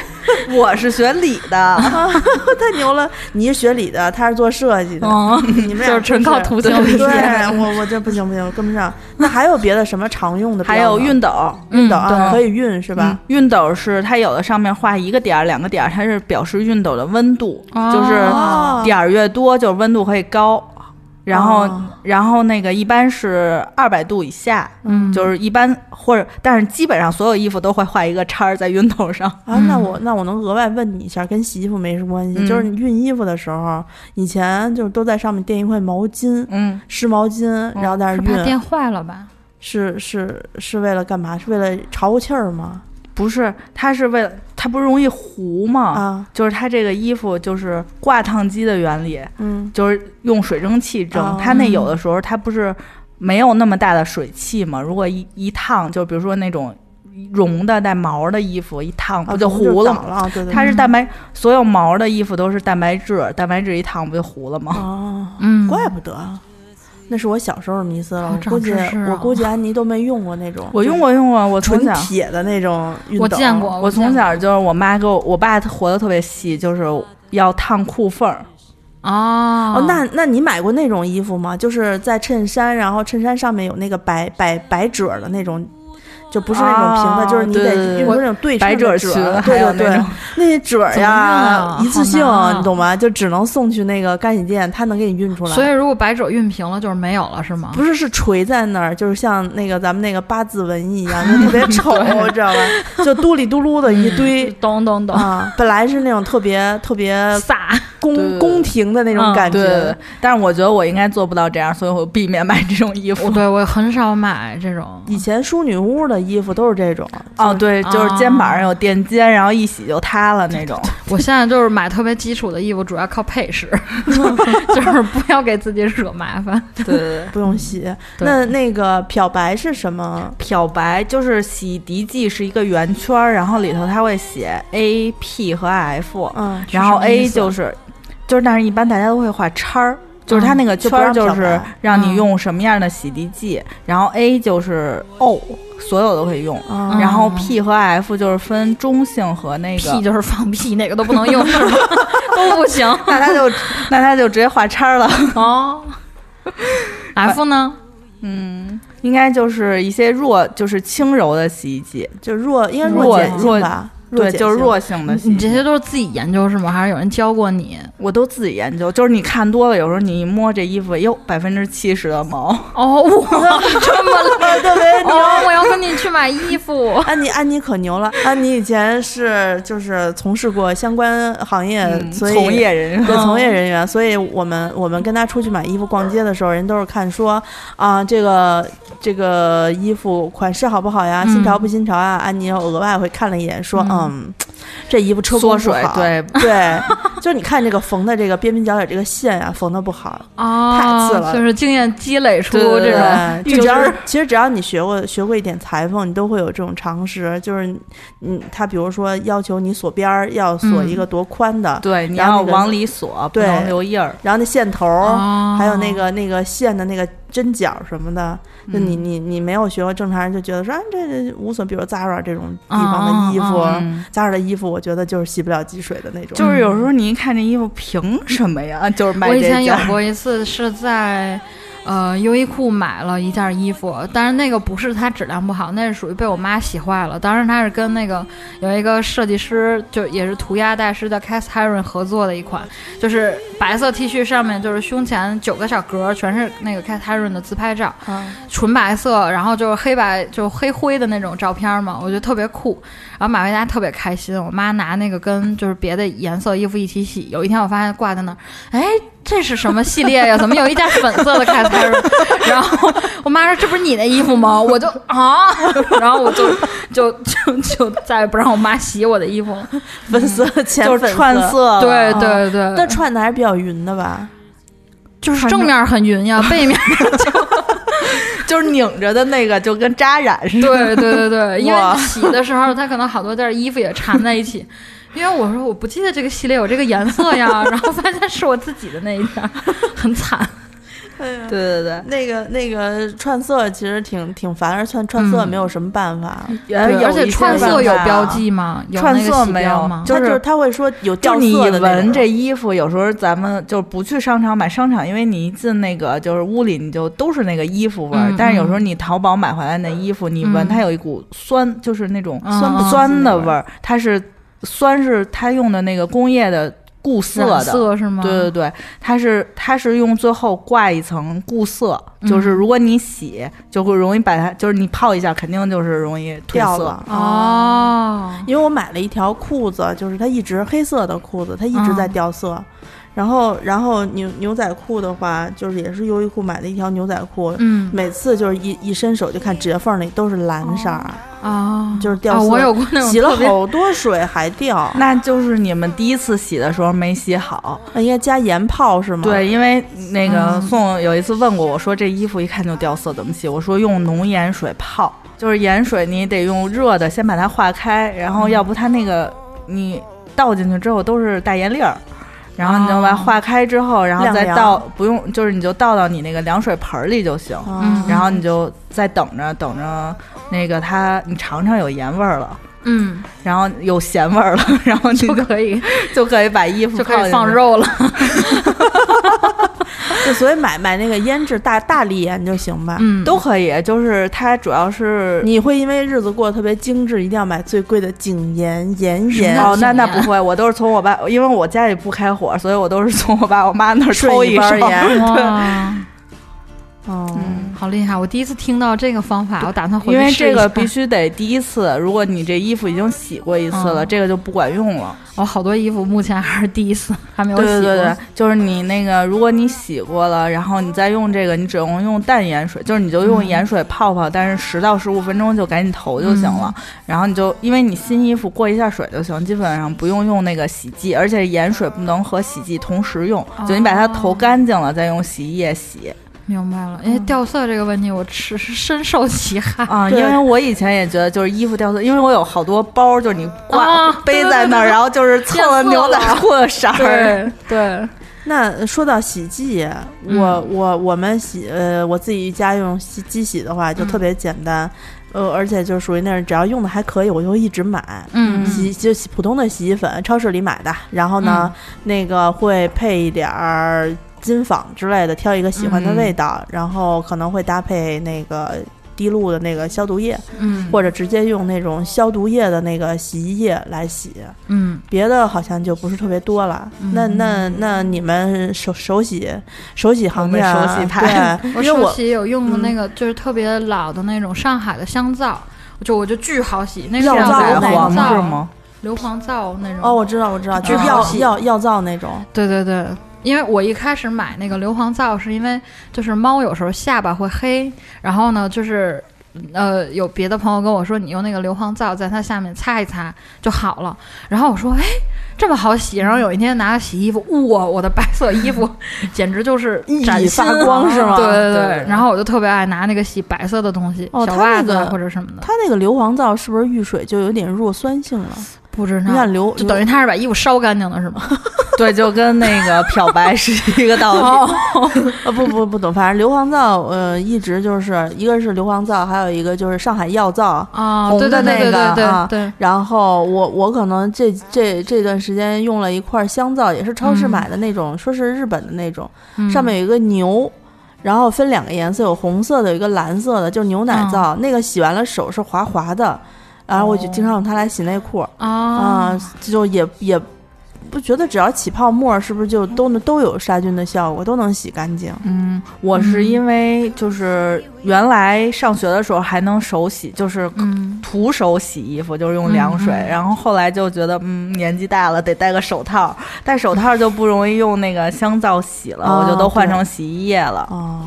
你我是学理的， <laughs> 太牛了！你是学理的，他是做设计的，嗯，你们俩就是真纯靠图形理对，解。我我这不行不行，我跟不上。那还有别的什么常用的标还吗？有熨斗。熨嗯斗啊，对可以熨是吧？嗯？熨斗是它有的上面画一个点儿、两个点儿，它是表示熨斗的温度，哦就是点儿越多，就是温度会高。然后，哦然后那个一般是二百度以下，嗯就是一般或者，但是基本上所有衣服都会画一个叉儿在熨斗上。嗯啊，那我那我能额外问你一下，跟洗衣服没什么关系，就是嗯你熨衣服的时候，以前就是都在上面垫一块毛巾，嗯，湿毛巾，然后在那哦是儿怕熨，电坏了吧？是是是为了干嘛？是为了潮气儿吗？不是，它是为了它不是容易糊吗？哦啊，就是它这个衣服就是挂烫机的原理，嗯，就是用水蒸气蒸，哦它那有的时候它不是没有那么大的水汽嘛？如果一一烫，就比如说那种绒的带毛的衣服一烫，啊不就可能糊了倒吗？了啊？对对，对它是蛋白，所有毛的衣服都是蛋白质，蛋白质一烫不就糊了吗？哦，嗯，怪不得，那是我小时候迷思了。哦我长估计知识啊我估计安妮都没用过那种， <laughs> 我用过用过，我就是从小纯铁的那种熨斗，我见过，我见从过小就是我妈给我，我爸活得特别细，就是要烫裤缝儿。哦哦，那那你买过那种衣服吗？就是在衬衫，然后衬衫上面有那个白白白褶儿的那种，就不是那种平啊的，哦就是你对得对用对那种对称百的褶褶裙儿，，还对有对那对种，那些褶儿怎么弄呀啊，一次好性难啊你懂吗？就只能送去那个干洗店，他能给你熨出来。所以如果白褶熨平了，就是没有了，啊是吗？不是是垂在那儿，就是像那个咱们那个八字纹一 <laughs> 样，就特别丑，知道吧？就嘟里嘟噜的一堆。 <laughs> 咚咚咚，啊，本来是那种特别特别撒对宫对宫廷的那种嗯感觉，对对对，但是我觉得我应该做不到这样，所以我避免买这种衣服我。对我很少买这 <laughs> 种，以前淑女屋的衣服都是这种，哦，对，就是肩膀啊上有垫肩，然后一洗就塌了那种。我现在就是买特别基础的衣服，主要靠配 <laughs> 饰，就是不要给自己惹麻烦。对对嗯对，不用洗。对那那个漂白是什么？漂白就是洗涤剂是一个圆圈儿，然后里头它会写 A、P 和 F，嗯，然后是什么意 A 思就是就是，但是一般大家都会画叉儿。就是它那个就圈不儿，让漂就白是让嗯你用什么样的洗涤剂，然后 A 就是 O，所有都可以用，啊然后嗯 P 和 F 就是分中性和那个屁就是放屁，哪个都不能用， <laughs> 是吗？都不行那他就 <laughs> 那他就直接画叉儿了。哦。F 呢？嗯，应该就是一些弱，就是轻柔的洗衣剂，就弱，应该弱碱性弱吧？对，碱就是性啊弱性嗯的洗你衣这剂。些都是自己研究是吗？还是有人教过你？我都自己研究，就是你看多了，有时候你一摸这衣服，哟，百分之七十的毛，哦， <laughs> 我这么啊，特别 <laughs> 牛。哦，我要跟你去买衣服。 <laughs> 安妮，安妮可牛了！安妮以前是就是从事过相关行业，嗯所以从业人 <laughs> 员。对从业人员，所以我们我们跟他出去买衣服、逛街的时候，人都是看说啊，这个这个衣服款式好不好呀，嗯新潮不新潮啊啊？安妮又额外会看了一眼，说嗯嗯，这衣服车工缩不水好，对对， <laughs> 就是你看这个缝的这个边边角角这个线啊，缝的不好，啊，太次了就是经验积累出 <laughs> 对这种对，预就只要知其实只要你学过学过一点裁缝，你都会有这种常识。就是你你他比如说要求你锁边儿要锁一个多宽的，嗯对，你然后要那个往里锁，不对能留印儿。然后那线头儿、啊哦还有那个那个线的那个针脚什么的，就你你你没有学过，正常人就觉得说啊这这无损，比如 Zara 这种地方的衣服、哦嗯， z a r a 的衣服我觉得就是洗不了积水的那种，就是有时候你一看这衣服，凭什么呀？就是卖我以这前有件儿过一次是在。呃，优衣库买了一件衣服，但是那个不是它质量不好，那是属于被我妈洗坏了。当时它是跟那个有一个设计师，就也是涂鸦大师叫 Cass Heron 合作的一款，就是白色 T 恤上面就是胸前九个小格，全是那个 Cass Heron 的自拍照。嗯纯白色，然后就是黑白，就是黑灰的那种照片嘛，我觉得特别酷。然后买回家特别开心，我妈拿那个跟就是别的颜色衣服一起洗。有一天我发现挂在那儿，哎，这是什么系列呀？怎么有一件粉色的开塞 <laughs> 儿？然后我妈说：“这不是你的衣服吗？”我就 <laughs> 啊，然后我就就就就再也不让我妈洗我的衣服了。粉色浅就粉是串色，嗯色了，对对对，但串的还是比较匀的吧。就是正面很匀 <laughs> 呀，背面就是拧着的那个，就跟扎染似的。对对对对，因哇为洗的时候，它可能好多件衣服也缠在一起。因为我说我不记得这个系列有这个颜色呀， <laughs> 然后发现是我自己的那一件，很惨。对对对，那个那个串色其实挺挺烦，而且串串色嗯没有什么办法，对而且串色有标。一些办法啊记吗？有串那个色洗没标有吗？它就是就是他会说有就掉你一色的那闻种这衣服，有时候咱们就不去商场买商场，因为你一进那个就是屋里，你就都是那个衣服味儿。嗯但是有时候你淘宝买回来那衣服，你闻它有一股酸，就是那种嗯嗯酸的味儿。它是酸是它用的那个工业的固色染的，色是吗？对对对，它是它是用最后挂一层固色，就是嗯如果你洗就会容易把它，就是你泡一下肯定就是容易褪掉色。嗯了。哦，因为我买了一条裤子，就是它一直黑色的裤子，它一直在嗯掉色。然后，然后牛牛仔裤的话，就是也是优衣库买的一条牛仔裤，嗯每次就是一一伸手就看指甲缝里都是蓝色儿，哦，就是掉啊色我有过那种洗了特别嗯好多水还掉，那就是你们第一次洗的时候没洗好，那应该加盐泡是吗？，对，因为那个嗯宋有一次问过我说这衣服一看就掉色，怎么洗？我说用浓盐水泡，就是盐水你得用热的先把它化开，然嗯后要不它那个你倒进去之后都是大盐粒儿。然后你就把哦它化开之后，然后晾再凉倒，不用，就是你就倒到你那个凉水盆儿里就行。哦嗯啊、然后你就再等着等着，那个它你尝尝有盐味儿了，嗯然后有咸味儿了， <laughs> 然后你就就可以就可以把衣服 <laughs> 就泡可以进放去。肉了。就所以买买那个腌制大大力盐就行吧。嗯，都可以，就是它主要是你会因为日子过得特别精致，一定要买最贵的井盐盐盐盐。哦，那那盐不会，我都是从我爸，因为我家里不开火，所以我都是从我爸我妈那儿顺抽一一包包盐哇，哦，好厉害！我第一次听到这个方法，我打算回去 <laughs> 因为试这一下个必须得第一次，如果你这衣服已经洗过一次了，嗯这个就不管用了。我好多衣服目前还是第一次，还没有对洗过。对对对，就是你那个，如果你洗过了，然后你再用这个，你只用用淡盐水，就是你就用嗯盐水泡泡，但是十到十五分钟就赶紧投就行了。嗯然后你就因为你新衣服过一下水就行，基本上不用用那个洗剂，而且盐水不能和洗剂同时用，就你把哦它投干净了再用洗衣液洗。明白了，因为掉色这个问题，我是是深受其 <laughs> 害。啊，因对为我以前也觉得就是衣服掉色，因为我有好多包，就是你挂、啊背对在那儿，然后就是蹭变了色牛仔了裤的色儿。对对，那说到洗剂，嗯我我我们洗呃我自己家用洗机洗的话就嗯特别简单，呃而且就属于那种只要用的还可以，我就会一直买。嗯洗就洗普通的洗衣粉，超市里买的，然后呢，嗯那个会配一点儿金纺之类的，挑一个喜欢的嗯味道，然后可能会搭配那个滴露的那个消毒液，嗯或者直接用那种消毒液的那个洗衣液来洗。嗯，别的好像就不是特别多了。那那那你们手手洗手洗行业啊，我们手洗派 <laughs> 对，我因为手我洗有用过那个，就是特别老的那种上海的香皂，就我就巨好洗，那个药叫皂仔硫那黄种磺是皂，吗？硫磺皂那种。哦，我知道我知道，就是嗯药手洗药药皂那种，对对对，因为我一开始买那个硫磺皂，是因为就是猫有时候下巴会黑，然后呢，就是呃，有别的朋友跟我说，你用那个硫磺皂在它下面擦一擦就好了。然后我说，哎，这么好洗。然后有一天拿洗衣服，哇，我的白色衣服 <laughs> 简直就是熠崭熠新发光是吗对对对对。然后我就特别爱拿那个洗白色的东西，哦小它袜那子个啊或者什么的，它那个硫磺皂是不是遇水就有点弱酸性了？不知你道看。硫，啊就等于于他是把衣服烧干净了，是吗？对，就跟那个漂白是一个 <laughs> 道理。哦呃不不不懂，反正硫磺皂呃一直就是一个是硫磺皂，还有一个就是上海药皂。啊，红对对的对对那个对啊对对，然后我我可能这这这段时间用了一块香皂，也是超市嗯买的那种，说是日本的那种，嗯上面有一个牛，然后分两个颜色，有红色的，有一个蓝色的，就是牛嗯奶皂。那个洗完了手是滑滑的，然后我就哦经常用它来洗内裤哦啊、啊，就也也不觉得只要起泡沫是不是就都能都有杀菌的效果，都能洗干净。嗯，我是因为就是原来上学的时候还能手洗，就是嗯，徒手洗衣服，就是用凉水。嗯嗯然后后来就觉得，嗯，年纪大了得戴个手套，戴手套就不容易用那个香皂洗了，哦我就都换成洗衣液了。哦，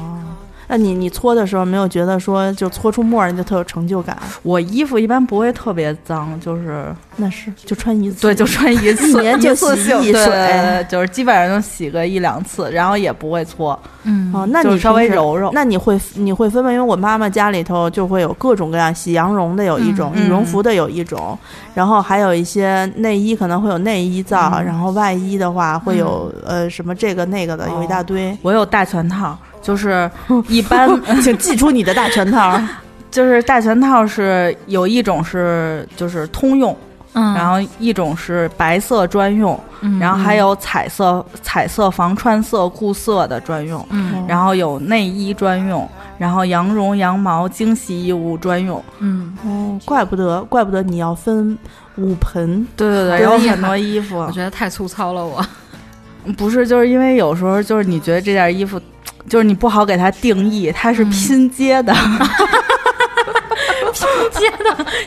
那你你搓的时候没有觉得说就搓出沫儿你就特有成就感？我衣服一般不会特别脏，就是那是就穿一次， <laughs> 对，就穿一次，一年就一次洗性，一对对水对，就是基本上就洗个一两次，然后也不会搓，嗯哦，那就你是稍微平时揉揉那你会你会分吗？因为我妈妈家里头就会有各种各样洗羊绒的有一种，嗯羽绒服的有一种，然后还有一些内衣可能会有内衣皂，嗯然后外衣的话会有、呃什么这个那个的，哦有一大堆。我有大全套， <laughs> 就是一般 <laughs> 请寄出你的大全 <laughs> 套，就是大全套是有一种是就是通用，嗯，然后一种是白色专用，嗯然后还有彩色彩色防穿色固色的专用，嗯然后有内衣专用，然后羊绒羊毛精细衣物专用，嗯，哦，怪不得怪不得你要分五盆，对对对，好有厉害很多衣服我，觉得太粗糙了，我 <laughs> 不是就是因为有时候就是你觉得这件衣服。就是你不好给它定义，它是嗯拼接的， <laughs>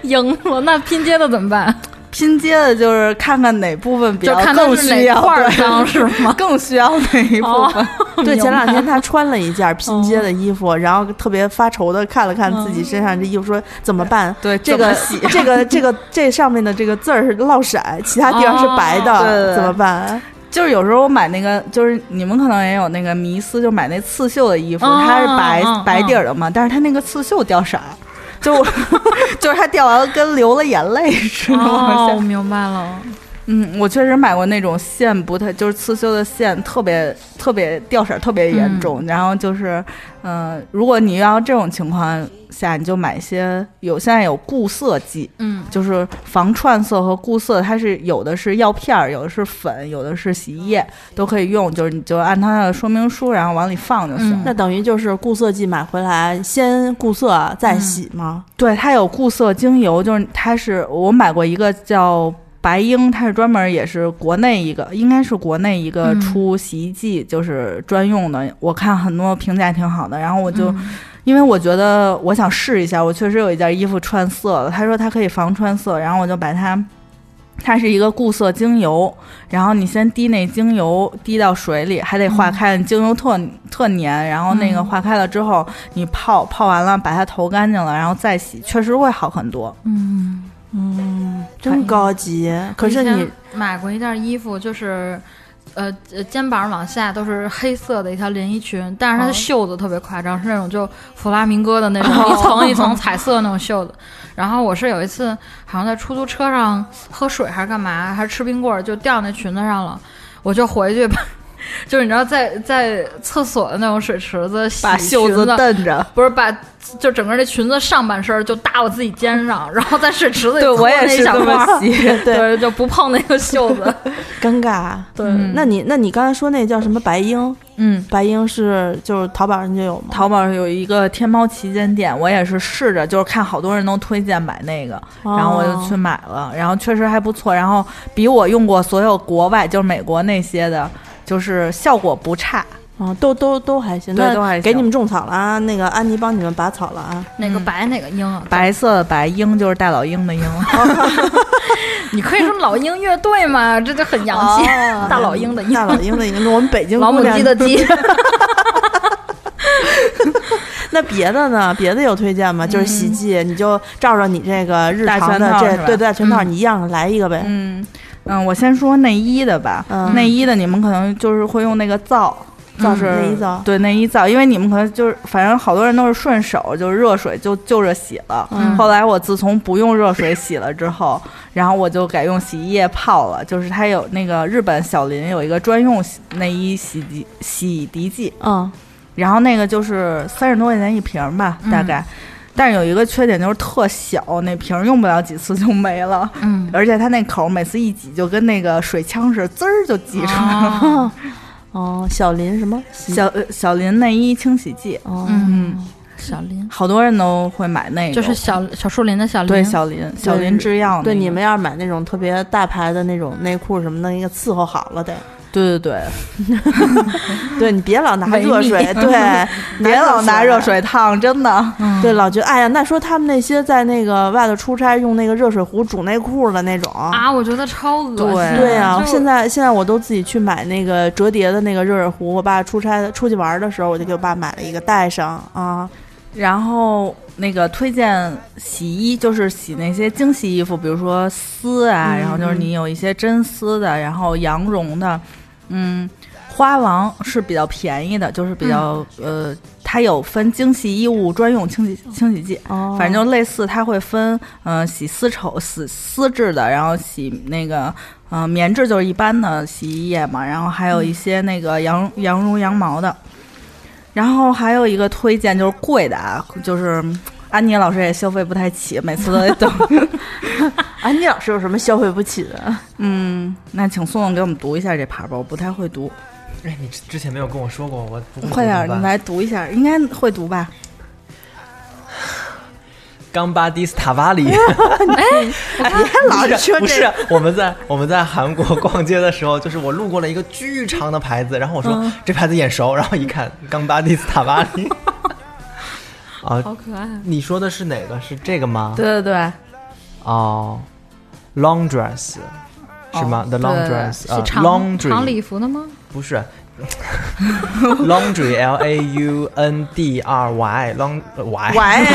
赢了，那拼接的怎么办？拼接的就是看看哪部分比就较看它更是需哪要，块儿哦对脏是吗？更需要哪 <laughs> 一部分。对，明前两白天她穿了一 <laughs> 件拼接嗯的衣服，然后特别发愁的看了看自己身上这衣服，说怎么办？对这 <laughs> 个洗这个这个这上面的这个字儿是落色，其他地方是白的，哦对对 <laughs> 对怎么办？ <laughs> 就是有时候我买那个，就是你们可能也有那个迷思，就买那刺绣的衣服，嗯它是白、嗯嗯白底儿的嘛，但是它那个刺绣掉色儿，就 <laughs> 我就是它掉完了跟流了眼泪似的。往哦，我下明白了，嗯，我确实买过那种线不太，就是刺绣的线特别特别掉色儿特别严重，然后就是，嗯、如果你要这种情况下，你就买一些有现在有固色剂，嗯就是防串色和固色，它是有的是药片儿，有的是粉，有的是洗衣液，都可以用。就是你就按它的说明书，然后往里放就行。嗯那等于就是固色剂买回来，先固色再洗吗？对，它有固色精油，就是它是我买过一个叫。白英，它是专门也是国内一个，应该是国内一个嗯出洗衣剂，就是专用的。我看很多评价挺好的，然后我就、嗯因为我觉得我想试一下，我确实有一件衣服穿色了，他说它可以防穿色，然后我就把它，它是一个固色精油，然后你先滴那精油滴到水里，还得化开，精油特特黏，然后那个嗯化开了之后，你泡泡完了，把它投干净了，然后再洗，确实会好很多。嗯，嗯，真高哎级。可我是以前你买过一件衣服，就是。呃，呃肩膀往下都是黑色的一条连衣裙，但是它的哦袖子特别夸张，是那种就弗拉明哥的 <laughs> 那种、哦一层一层彩色那种袖子。然后我是有一次好像在出租车上喝水还是干嘛，还是吃冰棍儿，就掉那裙子上了，我就回去把， <laughs> 就是你知道在在厕所的那种水池子洗把袖裙子蹬着，不是把就整个这裙子上半身儿就搭我自己肩上，然后在水池子里对搓我也那是小这花么儿，洗。对，就不碰那个袖 <laughs> 子。尴尬，对，嗯那你那你刚才说那叫什么白鹰？嗯，白鹰是就是淘宝上就有吗？淘宝上有一个天猫旗舰店，我也是试着，就是看好多人都推荐买那个，哦然后我就去买了，然后确实还不错，然后比我用过所有国外就是美国那些的，就是效果不差。啊，都都都还行，对那都还行给你们种草了啊！那个安妮帮你们拔草了啊！哪个白哪个鹰啊？白色的白鹰就是大老鹰的鹰，你可以说老鹰乐队嘛，这就很洋气。哦大老鹰的鹰大，老鹰的鹰，我们北京老母姑娘鸡的鸡。那别的呢？别的有推荐吗？就是洗剂，你就照着你这个日嗯大常全的套这是吧对对大全套，嗯你一样来一个呗。嗯嗯，我先说内衣的吧。嗯内衣的你们可能就是会用那个皂，皂就是、内衣皂对内衣皂，因为你们可能就是反正好多人都是顺手，就是热水就就着洗了。嗯后来我自从不用热水洗了之后，然后我就改用洗衣液泡了，就是它有那个日本小林有一个专用洗内衣洗涤洗涤剂，嗯，然后那个就是三十多块钱一瓶吧，嗯大概。但是有一个缺点就是特小，那瓶儿用不了几次就没了，嗯，而且它那口儿每次一挤就跟那个水枪似的，滋儿就挤出来了。哦嗯哦，小林什么洗？小呃小林内衣清洗剂，哦，嗯，小林好多人都会买那个，就是小小树林的小林，对小林小林制药、那个，对，你们要是买那种特别大牌的那种内裤什么的，应该伺候好了得。对对对，对你别老拿热水维， <laughs> 对，别老拿热。水烫，真的。嗯对，老觉得哎呀，那说他们那些在那个外头出差用那个热水壶煮内裤的那种，啊，我觉得超恶心。啊对对呀，就现在现在我都自己去买那个折叠的那个热水壶。我爸出差出去玩的时候，我就给我爸买了一个带上啊。然后那个推荐洗衣，就是洗那些精细衣服，比如说丝啊，嗯然后就是你有一些真丝的，然后羊绒的，嗯，花王是比较便宜的，就是比较、呃，它有分精细衣物专用清洗清洗剂，哦反正就类似，它会分，嗯、洗丝绸、丝丝质的，然后洗那个，嗯、棉质就是一般的洗衣液嘛，然后还有一些那个羊、羊绒、羊毛的，然后还有一个推荐就是贵的啊，就是安妮老师也消费不太起，每次都得 <laughs> 等，安啊妮老师有什么消费不起的？嗯，那请宋宋给我们读一下这牌吧，我不太会读，哎，你之之前没有跟我说过，我不会快点儿，你来读一下，应该会读吧？冈巴迪斯塔瓦 <laughs> 里。哎别老不是缺不这是，我们在我们在韩国逛街的时候，就是我路过了一个巨长的牌子，然后我说、嗯这牌子眼熟，然后一看冈巴迪斯塔瓦里。 <laughs> 啊，好可 <laughs> 爱啊。你说的是哪个？是这个吗？对对对，哦，long dress 是吗、t h e 对 long 哦对对 dress 是啊长长，laundry 礼服的吗？不是 laundry l a u n d r y long y 玩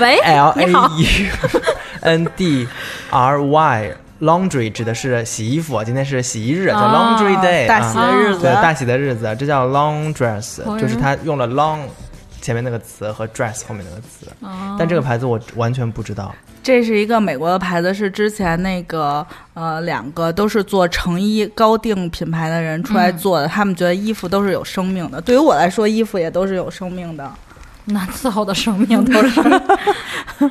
喂 L <laughs> 你 A 好 U N D R Y laundry 指的是洗衣服，今天是洗衣日，叫哦 laundry day，大喜啊的日子，对大洗的日子，这叫 long dress，哦就是它用了 long 前面那个词和 dress 后面那个词，啊但这个牌子我完全不知道。这是一个美国的牌子，是之前那个呃两个都是做成衣高定品牌的人出来做的，他们觉得衣服都是有生命的。对于我来说，衣服也都是有生命的。那伺候的生命都是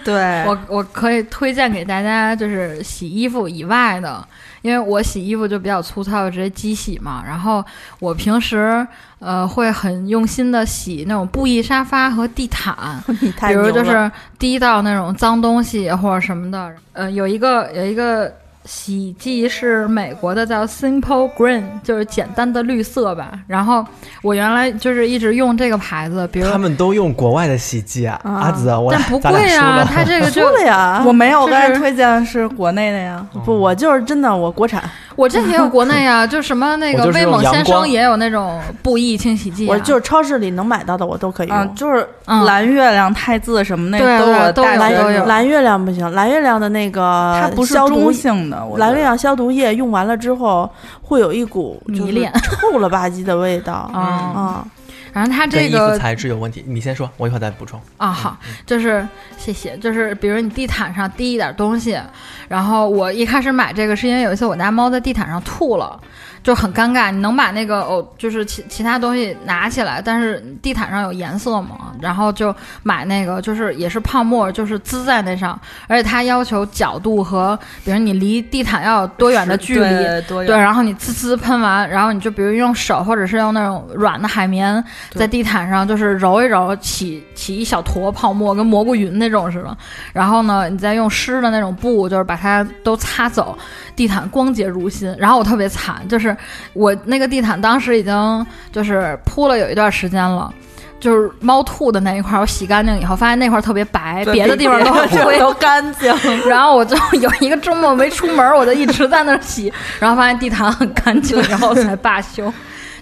对，我，我可以推荐给大家，就是洗衣服以外的，因为我洗衣服就比较粗糙，直接机洗嘛。然后我平时呃会很用心的洗那种布艺沙发和地毯，你 <laughs> 太比如牛就了是滴到那种脏东西或者什么的。呃，有一个有一个洗剂是美国的，叫 Simple Green，就是简单的绿色吧。然后我原来就是一直用这个牌子，比如哦他们都用国外的洗剂啊，阿紫，我但俩不咱俩贵输啊，了。它 <laughs> 这个就输了呀！我没有，我这刚才是推荐的是国内的呀。不，我就是真的我国产，我这也有国内啊，就什么那我个就是威用猛阳先光生也有那种布艺清洗剂啊、我就是超市里能买到的我都可以嗯，用。就是嗯蓝月亮、太字什么那对都对我都大有学蓝都时有候蓝月亮不行，蓝月亮的那个它不是消毒中呃性的，我觉蓝得月亮消毒液用完了之后，会有一股就是迷恋臭了吧唧的味 <laughs> 道。啊，啊，反正它这跟衣服个材质有问题，你先说，我一会儿再补充。啊，好，就是谢谢，就是比如你地毯上滴一点东西，然后我一开始买这个是因为有一次我家猫在地毯上吐了，就很尴尬。你能把那个哦，就是其其他东西拿起来，但是地毯上有颜色嘛，然后就买那个，就是也是泡沫，就是滋在那上，而且它要求角度和，比如你离地毯要有多远的距离，对多对，远？然后你滋滋喷完，然后你就比如用手或者是用那种软的海绵对在地毯上就是揉一揉，起起一小坨泡沫，跟蘑菇云那种似的。然后呢，你再用湿的那种布，就是把它都擦走，地毯光洁如新。然后我特别惨，就是我那个地毯当时已经就是铺了有一段时间了。就是猫吐的那一块儿，我洗干净以后，发现那块儿特别白，对别的地方都很灰，都干 <laughs> 净。然后我就有一个周末 <laughs> 没出门，我就一直在那儿洗，然后发现地毯很干净，然后才罢休。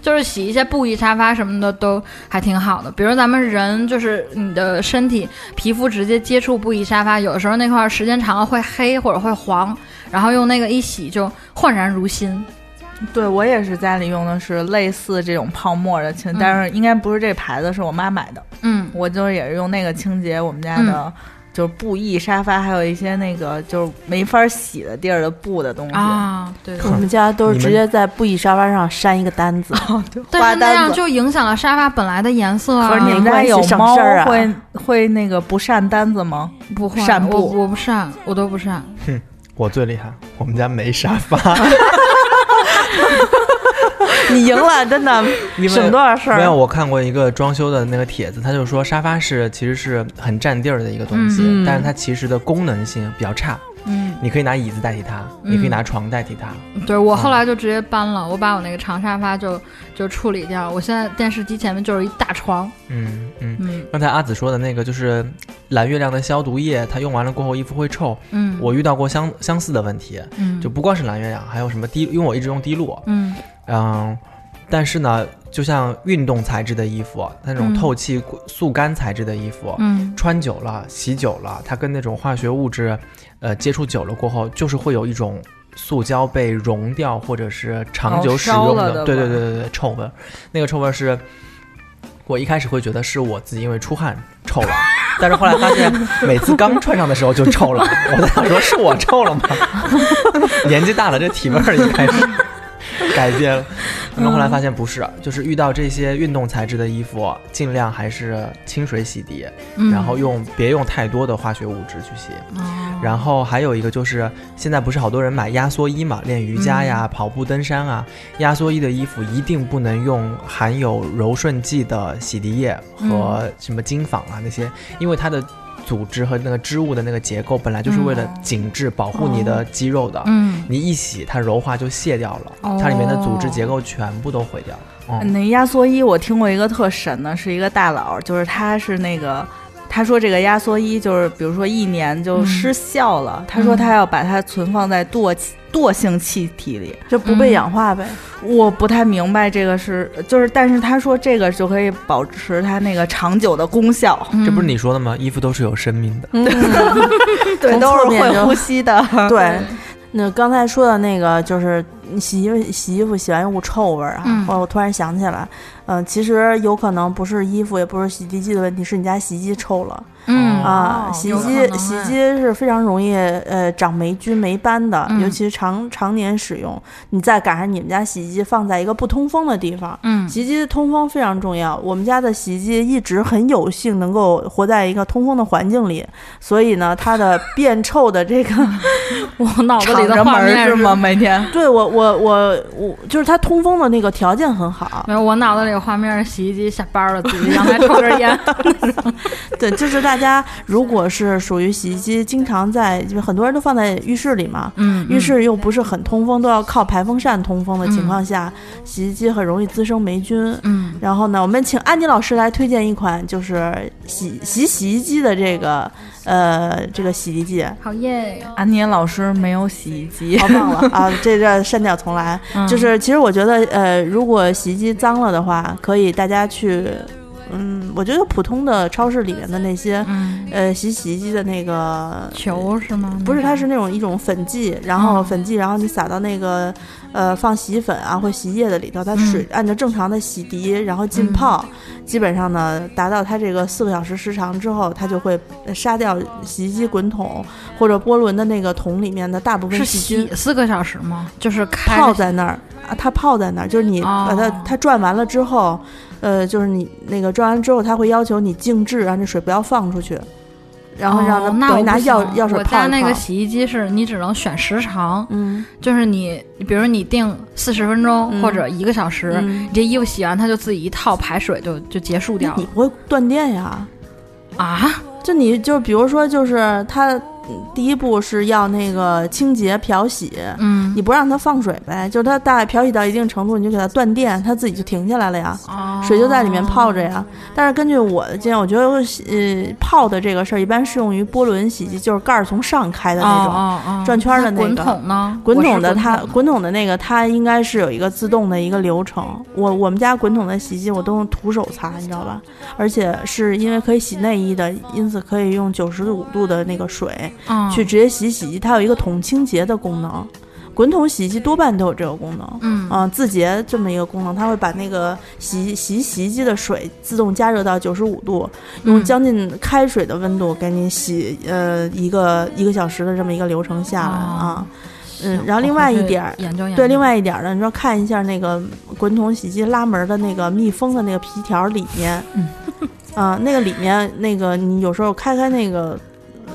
就是洗一些布艺沙发什么的都还挺好的。比如咱们人就是你的身体皮肤直接接触布艺沙发，有的时候那块儿时间长了会黑或者会黄，然后用那个一洗就焕然如新。对我也是家里用的是类似这种泡沫的清，嗯但是应该不是这牌子，是我妈买的。嗯我就是也是用那个清洁我们家嗯的，就是布艺沙发，还有一些那个就是没法洗的地儿的布的东西。啊，对。 <laughs> 我们家都是直接在布艺沙发上扇一个单子，哦但花是那单样子。就影响了沙发本来的颜色啊。可是你们没家关系有省猫事儿啊会会那个不扇单子吗？ <laughs> 不会，扇我布我不扇，我都不扇。我最厉害，我们家没沙发，你赢了，真的因省为多少事啊没有，儿？我看过一个装修的那个帖子，他就说沙发是其实是很占地儿的一个东西，嗯嗯但是它其实的功能性比较差。嗯，你可以拿椅子代替它，你嗯可以拿床代替它。对我嗯后来就直接搬了，我把我那个长沙发就就处理掉了。我现在电视机前面就是一大床。嗯嗯。嗯刚才阿紫说的那个就是蓝月亮的消毒液，它用完了过后衣服会臭。嗯，我遇到过相相似的问题，嗯就不光是蓝月亮，还有什么滴，因为我一直用滴露，嗯嗯，但是呢，就像运动材质的衣服，它那种嗯透气速干材质的衣服，嗯穿久了、洗久了，它跟那种化学物质，呃，接触久了过后，就是会有一种塑胶被溶掉或者是长久使用哦烧了的对对味对儿对对，臭味儿。那个臭味儿是，我一开始会觉得是我自己因为出汗臭 <laughs> 了，但是后来发现每次刚穿上的时候就臭了，我在想说是我臭了吗？年纪大了，这体味儿应该是。 <laughs> 改变了，然后嗯后来发现不是，啊就是遇到这些运动材质的衣服，尽量还是清水洗涤，嗯，然后用别用太多的化学物质去洗。哦然后还有一个就是，现在不是好多人买压缩衣嗯嘛，练瑜伽呀、跑步、登山啊，压缩衣的衣服一定不能用含有柔顺剂的洗涤液嗯和什么金纺啊那些，因为它的组织和那个织物的那个结构本来就是为了紧致保护你的肌肉的，哦嗯你一洗它柔化就卸掉了，哦它里面的组织结构全部都毁掉了。嗯那压缩衣我听过一个特神的，是一个大佬，就是他是那个。他说：“这个压缩衣就是，比如说一年就嗯失效了。他嗯说他要把它存放在惰气惰性气体里。就不嗯被氧化呗。我不太明白这个是，就是，但是他说这个就可以保持它那个长久的功效。 <laughs> 嗯这不是你说的吗？衣服都是有生命的。嗯，对，从都侧是面会就呼吸的。 <laughs> 对。那刚才说的那个就是你洗衣服洗衣服洗完有股臭味儿啊，嗯哦，我突然想起来，嗯、其实有可能不是衣服，也不是洗涤剂的问题，是你家洗衣机臭了。哦嗯啊，洗衣有机可能洗衣哎机是非常容易呃长霉菌霉斑的，尤嗯其长常年使用，你再赶上你们家洗衣机放在一个不通风的地方。 <laughs> 嗯洗衣机的通风非常重要，我们家的洗衣机一直很有幸能够活在一个通风的环境里，所以呢，它的变臭的这 <laughs> 个，我脑子里敞的着画门面是 <laughs> 吗？？每天对我我我我就是它通风的那个条件很好，没有，我脑子里的画面是洗衣机下班了，自己阳台抽根烟。对，就是大家如果是属于洗衣机，经常在就是很多人都放在浴室里嘛，嗯，浴室又不是很通风，都要靠排风扇通风的情况下，洗衣机很容易滋生霉菌。嗯然后呢，我们请安迪老师来推荐一款就是洗洗洗衣机的这个呃这个洗涤剂，好耶，安妮老师没有洗衣机， <laughs> 好棒了 <laughs> 嗯啊！这这删掉重 <laughs> 来，嗯就是其实我觉得呃，如果洗衣机脏了的话，可以大家去嗯，我觉得普通的超市里面的那些嗯呃洗洗衣机的那个球是吗？不是，它是那种一种粉剂，然后嗯粉剂，然后你撒到那个，呃，放洗衣粉啊或洗衣液的里头，它嗯水按照正常的洗涤，然后浸嗯泡，基本上呢达到它这个四个小时时长之后，它就会杀掉洗衣机滚筒或者波伦的那个桶里面的大部分是细洗菌。四个小时吗？就是开泡在那儿啊，它泡在那儿，就是你哦把它、它转完了之后，呃，就是你那个转完之后，它会要求你静置，让这水不要放出去，然后让它、哦那等于我拿不药行药水我泡家一那泡个洗衣机是你只能选时长，嗯，就是你，比如你定四十分钟嗯或者一个小时，嗯你这衣服洗完它就自己一套排水就就结束那掉你了不会断电呀？啊？就你就比如说，就是它嗯第一步是要那个清洁漂洗，嗯你，不让它放水呗，就是它大概漂洗到一定程度，你就给它断电，它自己就停下来了呀。哦水就在里面泡着呀。但是根据我的经验，我觉得呃泡的这个事儿一般适用于波轮洗衣机，就是盖儿从上开的哦那种。哦哦转圈儿的那个滚筒呢？滚我筒是的它，滚筒滚筒的那个它应该是有一个自动的一个流程。我我们家滚筒的洗衣机我都用徒手擦，你知道吧？而且是因为可以洗内衣的，因此可以用九十五度的那个水嗯去直接洗洗衣机，它有一个桶清洁的功能。滚筒洗衣机多半都有这个功能。嗯嗯，自洁这么一个功能，它会把那个洗洗洗衣机的水自动加热到九十五度，用嗯将近开水的温度给你洗呃一个一个小时的这么一个流程下来啊。嗯哦行然后另我回外一去点儿研究研究对，另外一点儿呢，你说看一下那个滚筒洗衣机拉门的那个密封的那个皮条里面，嗯啊、那个里面那个你有时候开开那个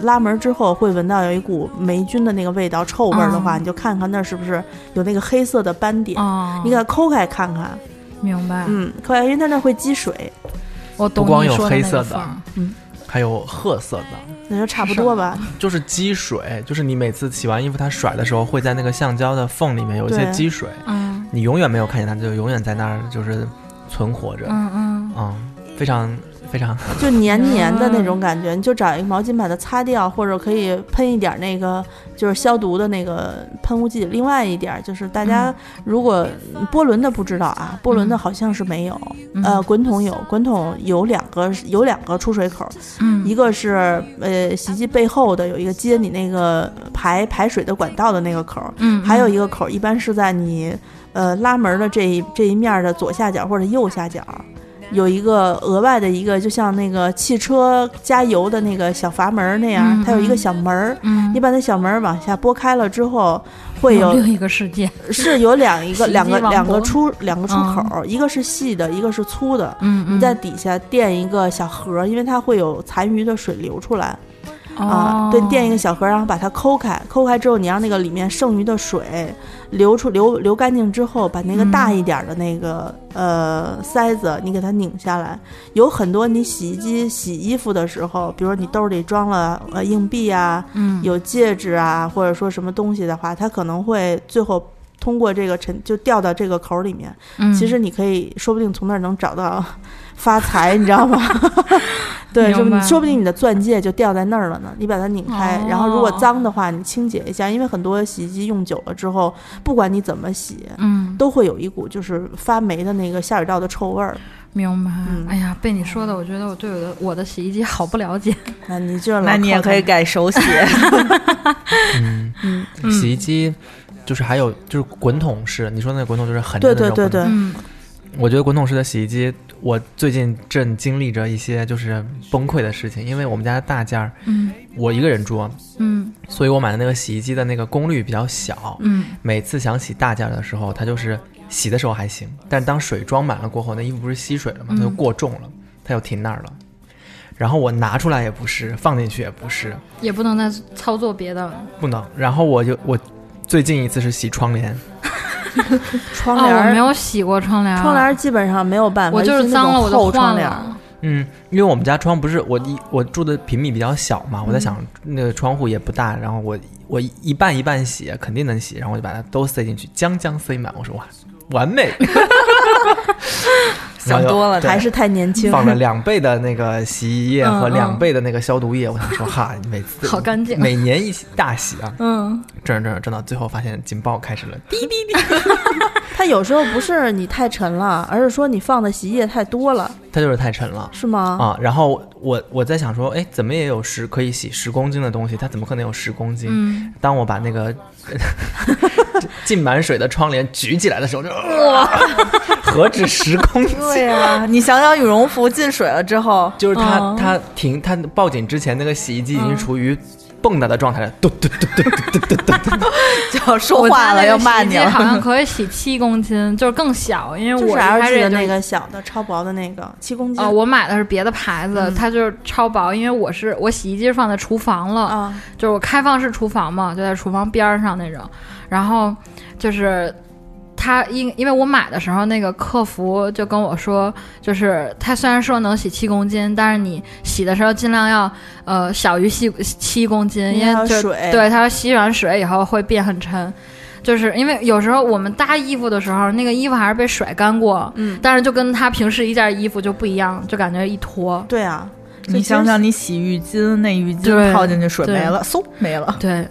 拉门之后，会闻到有一股霉菌的那个味道臭味儿的话，哦你就看看那儿是不是有那个黑色的斑点，哦，你给它抠开看看，明白？嗯，抠开，因为它那会积水，我懂不光你有说黑那个色的缝儿还有褐色的，那就差不多吧。就是积水，就是你每次洗完衣服，它甩的时候会在那个橡胶的缝里面有一些对积水，嗯你永远没有看见它，就永远在那儿就是存活着，嗯嗯，嗯，非常非常就黏黏的那嗯种感觉，你就找一个毛巾把它擦掉，或者可以喷一点那个就是消毒的那个喷雾剂。另外一点就是大嗯家如果嗯波轮的不知道啊，波轮的好像是没有，嗯呃，滚筒有，滚筒有两个有两个出水口，嗯一个是呃洗衣机背后的有一个接你那个排排水的管道的那个口，嗯，还有嗯一个口儿一般是在你呃拉门儿的这一这一面儿的左下角或者右下角，有一个额外的一个，就像那个汽车加油的那个小阀门儿那样，嗯它有一个嗯小门儿。嗯你把那小门儿往下拨开了之后，会有另一个世界，是有两一个洗衣两个机王两个国出两个出嗯口儿，一个是细的，一个是粗的。嗯嗯，你在底下垫一个小盒儿，因为它会有残余的水流出来。啊哦，对，垫一个小盒，然后把它抠开，抠开之后，你让那个里面剩余的水流出流流干净之后，把那个嗯大一点的那个、呃塞子，你给它拧下来。有很多你洗衣机洗衣服的时候，比如说你兜里装了呃硬币啊，嗯有戒指啊，或者说什么东西的话，它可能会最后。通过这个沉就掉到这个口里面，嗯其实你可以说不定从那儿能找到 <laughs> 发财，你知道 <laughs> 吗？对，说不明白说不定你的钻戒就掉在那儿了呢。你把它拧开，然后如果哦脏的话，你清洁一下，因为很多洗衣机用久了之后，不管你怎么洗，嗯都会有一股就是发霉的那个下水道的臭味儿。明白嗯。哎呀，被你说的，我觉得我对我的我的洗衣机好不了解。那你就老那你也靠它可以改 <laughs> 手写，嗯，嗯，洗衣机就是还有就是滚筒式，你说那个滚筒就是很对对对对，嗯我觉得滚筒式的洗衣机，我最近正经历着一些就是崩溃的事情，因为我们家的大件儿嗯我一个人住，嗯所以我买的那个洗衣机的那个功率比较小，嗯每次想洗大件儿的时候，它就是洗的时候还行，但当水装满了过后，那衣服不是吸水了吗？它就嗯过重了，它就停那儿了。然后我拿出来也不是，放进去也不是，也不能再操作别的了。不能。然后我就我最近一次是洗窗帘，窗哦帘我没儿有洗过窗帘，窗帘儿，基本上没有办法，我就尤是其那脏种了我厚就窗换帘儿。了。嗯，因为我们家窗不是我一我住的平米比较小嘛，我在想那个窗户也不大，然后我我一一半一半洗肯定能洗，然后我就把它都塞进去，将将塞满。我说哇，完美，想多了对还是太年轻，放了两倍的那个洗衣液和嗯嗯两倍的那个消毒液。我想说哈，每次好干净每年一起大洗啊，嗯，整着整着整到最后发现警报开始了，滴它有时候不是你太沉了，而是说你放的洗衣液太多了，它就是太沉了。是吗？啊，然后我我在想说，哎，怎么也有十可以洗十公斤的东西，它怎么可能有十公斤？嗯， <laughs> 当我把那 <laughs> 个浸满水的窗帘举起来的时候，就哇，何止十公 <laughs> 斤？对呀、啊你想想羽绒服进水了之后，就是它、嗯它停它报警之前，那个洗衣机已经处于蹦跶的状态了，嘟嘟嘟嘟嘟嘟嘟嘟嘟。就要说我话家了，那要个洗衣骂你机 <laughs> 了。<laughs> 好像可以洗七公斤，就是更小，因为就我是一开 LG 始也的就那个小的超薄的那个七公斤哦，我买的是别的牌子，嗯它就是超薄，因为我是我洗衣机是放在厨房了，啊，就是我开放式厨房嘛，就在厨房边儿上那种，然后就是。他因因为我买的时候，那个客服就跟我说，就是他虽然说能洗七公斤，但是你洗的时候尽量要呃小于七七公斤，因还有为就嗯水，对，它吸软水以后会变很沉，就是因为有时候我们搭衣服的时候，那个衣服还是被甩干过，嗯，但是就跟他平时一件衣服就不一样，就感觉一脱。对啊，所以你其实想想，你洗浴巾，那浴巾对泡进去水对没了，嗖没了。对，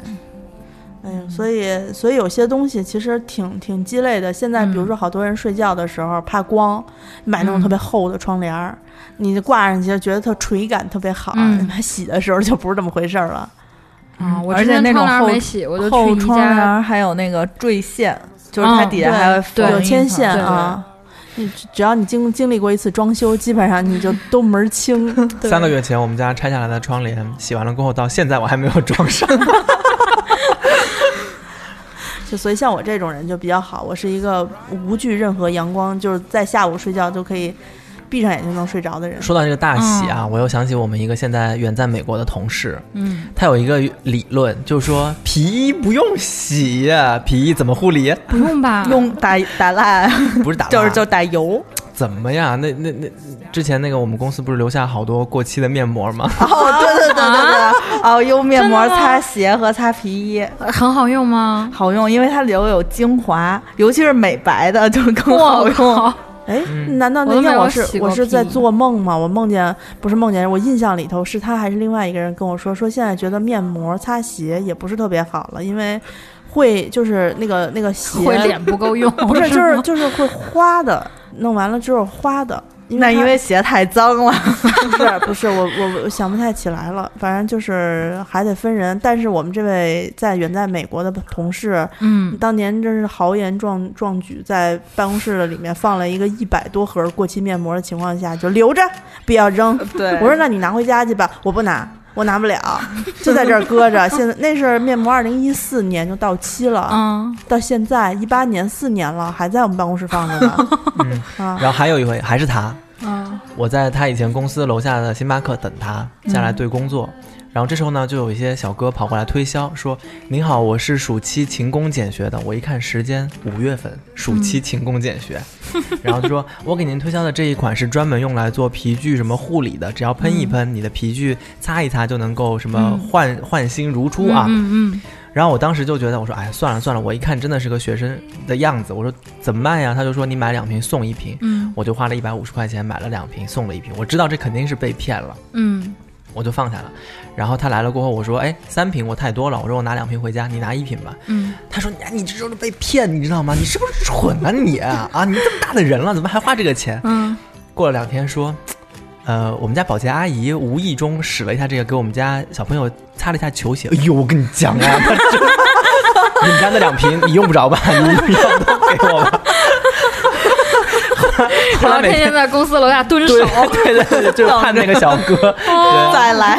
哎呀，所以所以有些东西其实挺挺鸡肋的。现在比如嗯说，好多人睡觉的时候怕光，买那种嗯特别厚的窗帘儿，你就挂上去，觉得它垂感特别好。嗯你把 <laughs> 洗的时候就不是这么回事儿了。啊，我而之且前那种窗帘厚没洗，我就后去宜窗帘家。儿还有那个坠线，就是它嗯底下还会对缝有一牵层线对啊。你只要你经经历过一次装修，基本上你就都门儿清。 <laughs> 对三个月前我们家拆下来的窗帘，洗完了过后到现在我还没有装 <laughs> 上。就所以像我这种人就比较好，我是一个无惧任何阳光，就是在下午睡觉就可以闭上眼睛能睡着的人。说到这个大喜啊，我又想起我们一个现在远在美国的同事，嗯，他有一个理论，就是说皮衣不用洗呀、皮衣怎么护理？不用吧？用打打蜡，不是打蜡啊 <laughs> 就是就打油。怎么呀？那那那之前那个我们公司不是留下好多过期的面膜吗？哦，对对对对对，哦，用面膜真的吗擦鞋和擦皮衣。呃很好用吗？好用，因为它里头有精华，尤其是美白的，就是更好我用。靠！哎，嗯难道我那都没天有我是洗我过是在屁做梦吗？我梦见不是梦见，我印象里头是他还是另外一个人跟我说，说现在觉得面膜擦鞋也不是特别好了，因为会就是那个那个鞋会脸不够用，不是就是吗就是会花的，弄完了之后花的。那因它为鞋太脏了， <laughs> 不是不是我我我想不太起来了，反正就是还得分人。但是我们这位在远在美国的同事，嗯，当年真是豪言壮壮举，在办公室的里面放了一个一百多盒过期面膜的情况下，就留着不要扔。对我说那你拿回家去吧，我不拿，我拿不了，就在这儿搁着。现在那是面膜，二零一四年就到期了，嗯，到现在一八年四年了，还在我们办公室放着呢。嗯，啊，然后还有一回还是他，嗯，我在他以前公司楼下的星巴克等他下来对工作。然后这时候呢，就有一些小哥跑过来推销，说：“您好，我是暑期勤工俭学的。”我一看时间，五月份，暑期勤工俭学。嗯然后就说：“我给您推销的这一款是专门用来做皮具什么护理的，只要喷一嗯喷，你的皮具擦一擦就能够什么焕焕新如初啊。嗯嗯然后我当时就觉得，我说：“哎，算了算了，我一看真的是个学生的样子。”我说：“怎么办呀？”他就说：“你买两瓶送一瓶。”嗯我就花了一百五十块钱买了两瓶，送了一瓶。我知道这肯定是被骗了，嗯我就放下了。然后他来了过后，我说：“哎，三瓶我太多了，我说我拿两瓶回家，你拿一瓶吧。嗯”他说：“哎，你这就是被骗，你知道吗？你是不是蠢啊你啊？啊你这么大的人了，怎么还花这个钱嗯，？”过了两天说。呃，我们家保洁阿姨无意中使了一下这个，给我们家小朋友擦了一下球鞋。哎呦，我跟你讲啊，他真你们家那两瓶你用不着吧？你要都给我吧。 <laughs> 后来后来然后每天天天在公司楼下蹲守， <laughs> 对对对对，就是看那个小哥。对，再来。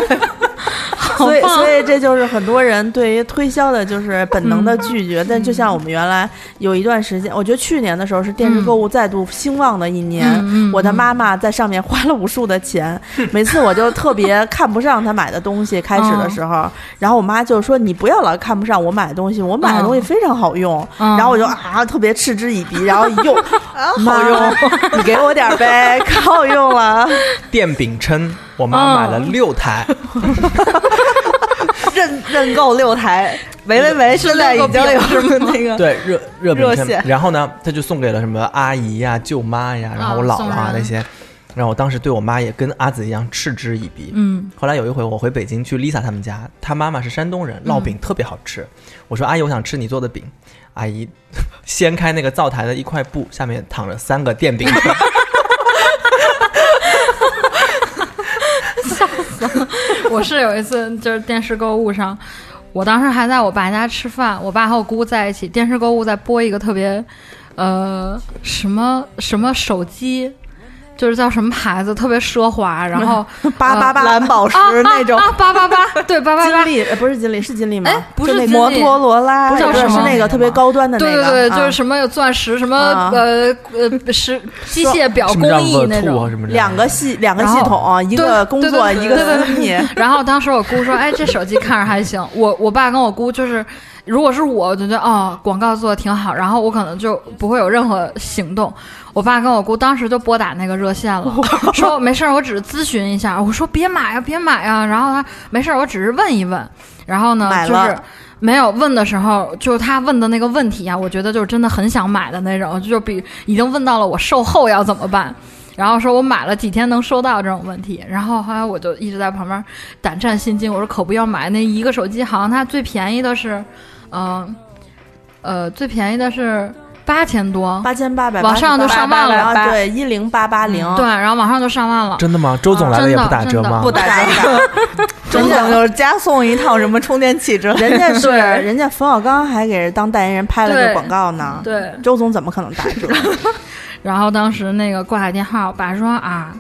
所以，所以这就是很多人对于推销的，就是本能嗯的拒绝。但就像我们原来有一段时间，我觉得去年的时候是电视购物再度兴旺的一年，嗯嗯嗯我的妈妈在上面花了无数的钱。每次我就特别看不上她买的东西，开始嗯的时候，然后我妈就说：“你不要老看不上我买的东西，我买的东西非常好用。嗯然后我就啊特别嗤之以鼻，然后一 <laughs> 用啊好用，你给我点儿呗，可好用 <laughs> 了。电饼铛，我妈买了六台，认认购六台，喂喂 <laughs> 喂，现在已经有什么那个对热热饼哦热铛线，然后呢，她就送给了什么阿姨呀、舅妈呀，然后我姥姥啊送人那些。然后我当时对我妈也跟阿紫一样嗤之以鼻。嗯后来有一回我回北京去 Lisa 他们家，她妈妈是山东人，烙饼特别好吃。我说阿姨，我想吃你做的饼。阿姨 <laughs> 掀开那个灶台的一块布，下面躺着三个电饼铛。 <laughs> 我是有一次就是电视购物上，我当时还在我爸家吃饭，我爸和我姑在一起，电视购物在播一个特别，呃，什么什么手机，就是叫什么牌子，特别奢华，然后八八八蓝宝石啊那种啊啊八八八，对八八金八，立呃不是金立，是金立吗哎？不是就那金个摩立托罗拉？不是叫不是什是么那个特别高端的那对个，对对，就是啊什么有钻石，什么啊呃呃 <laughs> 石机械表什么工叫艺那 Vertu 种啊，什么之类的两个系两个然系后统，啊一个对工对作对一对个对 <laughs> 私密，然后当时我姑说：“哎，这手机看着还行。我”我爸跟我姑就是如果是我，我就觉得哦，广告做的挺好，然后我可能就不会有任何行动。我爸跟我姑当时就拨打那个热线了，说没事儿，我只是咨询一下。我说别买呀，别买呀。然后他没事儿，我只是问一问。然后呢买，就了是没有问的时候，就是他问的那个问题啊，我觉得就是真的很想买的那种，就比已经问到了我售后要怎么办，然后说我买了几天能收到这种问题，然后后来我就一直在旁边胆战心惊，我说可不要买那一个手机，好像它最便宜的是，嗯、呃，最便宜的是八千多，八千八百，往上就上万了然后对，一零八八零，嗯对，然后马上就上万了。真的吗？周总来了也不打折吗？ <laughs> 不打打折， <laughs> 整整就是加送一套什么充电器之类 <laughs> 的。人家是对人家冯小刚还给人当代言人拍了个对广告呢。对，周总怎么可能打折？然后当时那个挂了电话，我爸说啊，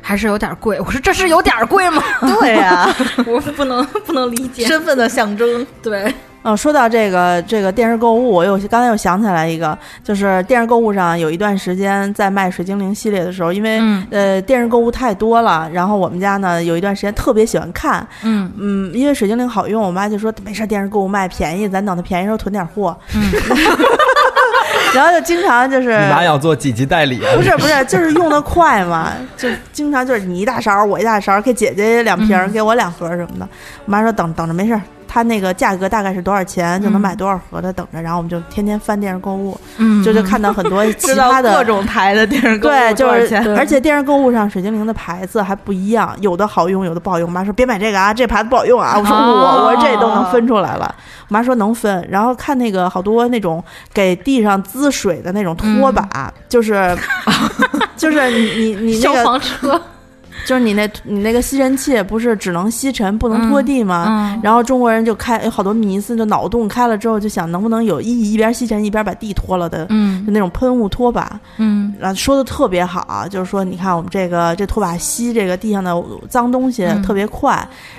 还是有点贵。我说这是有点贵吗？ <laughs> 对 <laughs> 呀、我不能不能理解。身份的象征。对，嗯，说到这个这个电视购物，我又刚才又想起来一个，就是电视购物上有一段时间在卖水精灵系列的时候，因为、嗯呃电视购物太多了，然后我们家呢有一段时间特别喜欢看，嗯嗯，因为水精灵好用，我妈就说没事儿，电视购物卖便宜，咱等它便宜时候囤点货，嗯， <laughs> 然后就经常就是你妈要做几级代理啊？呃不是不是，就是用的快嘛，就经常就是你一大勺儿，我一大勺儿，给姐姐两瓶儿，嗯给我两盒儿什么的。我妈说等等着没事儿，她那个价格大概是多少钱就嗯能买多少盒的，等着。然后我们就天天翻电视购物，嗯，就就看到很 <laughs> 多其知道他各的。种台的电视购物对，多就少是钱，而且电视购物上水精灵的牌子还不一样，有的好用，有的不好用。我妈说别买这个啊，这牌子不好用啊。我说我、哦我说这都能分出来了。我妈说能分，然后看那个好多那种给地上滋水的那种拖把，就是就是你你你消那个防车，就是你那你那个吸尘器不是只能吸尘不能拖地吗？嗯，啊然后中国人就开有好多迷思，就脑洞开了之后就想能不能有意义，一边吸尘一边把地拖了的，就嗯那种喷雾拖把。嗯然后说的特别好啊，就是说你看我们这个这拖把吸这个地上的脏东西嗯特别快，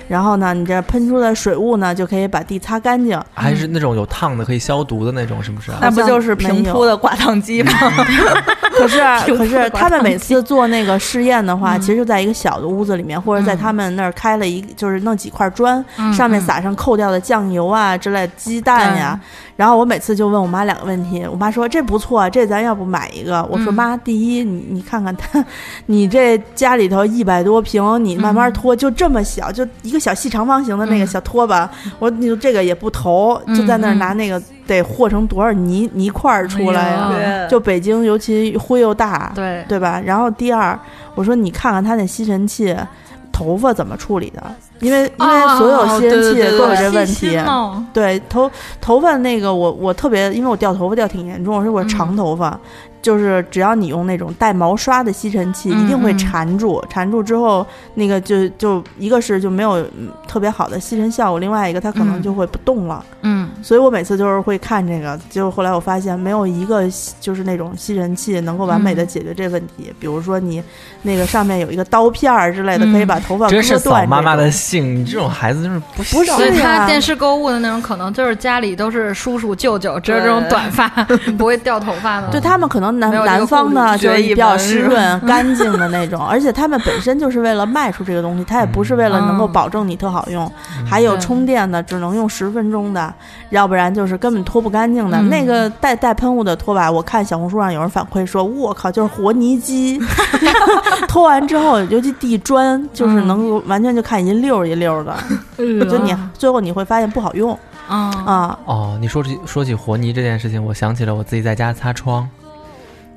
然后呢，你这喷出的水雾呢就可以把地擦干净。还是那种有烫的可以消毒的那种，是不是啊？那不就是平铺的挂烫机吗？可是 <laughs> 挺可是不他管们每次做那个试验的话，嗯其实就在一个小的屋子里面，或者在嗯他们那儿开了一就是弄几块砖，嗯，嗯上面撒上扣掉的酱油啊之类的鸡蛋呀。然后我每次就问我妈两个问题，我妈说这不错，这咱要不买一个？我说嗯妈，第一，你你看看它，你这家里头一百多平，你慢慢嗯拖，就这么小，就一个小细长方形的那个嗯小拖把，我你就这个也不投，就在那儿拿那个得和成多少泥泥块儿出来呀、哎对就北京尤其灰又大，嗯，对，对吧？然后第二，我说你看看他那吸尘器头发怎么处理的，因为因为所有哦吸尘对器对都对有对这问细题。心哦对头头发那个我我特别，因为我掉头发掉挺严重，所以我嗯长头发，就是只要你用那种带毛刷的吸尘器，一定会嗯嗯缠住，缠住之后那个就就一个是就没有嗯特别好的吸尘效果，另外一个它可能嗯就会不动了。嗯所以我每次就是会看这个，就后来我发现没有一个吸就是那种吸尘器能够完美的解决这问题。比如说你那个上面有一个刀片儿之类的，嗯可以把头发割真是扫断。妈妈的，兴，你这种孩子就是不不是啊所以呀他电视购物的那种，可能就是家里都是叔叔舅舅，只有这种对短 <laughs> 发，不会掉头发的。对他们可能南嗯没有这个南方呢顾虑就是学一比较门湿是吧润、 <laughs> 干净的那种，而且他们本身就是为了卖出这个东西，他也不是为了能够嗯保证你特好用。还有对充电的，只能用十分钟的，要不然就是根本拖不干净的。嗯那个带带喷雾的拖把，我看小红书上有人反馈说，我靠，就是和泥 <laughs> 机，拖完之后，尤其地砖，就是嗯能够完全就看一溜儿一溜儿的，嗯，就你最后你会发现不好用嗯啊。哦，你说起说起和泥这件事情，我想起了我自己在家擦窗，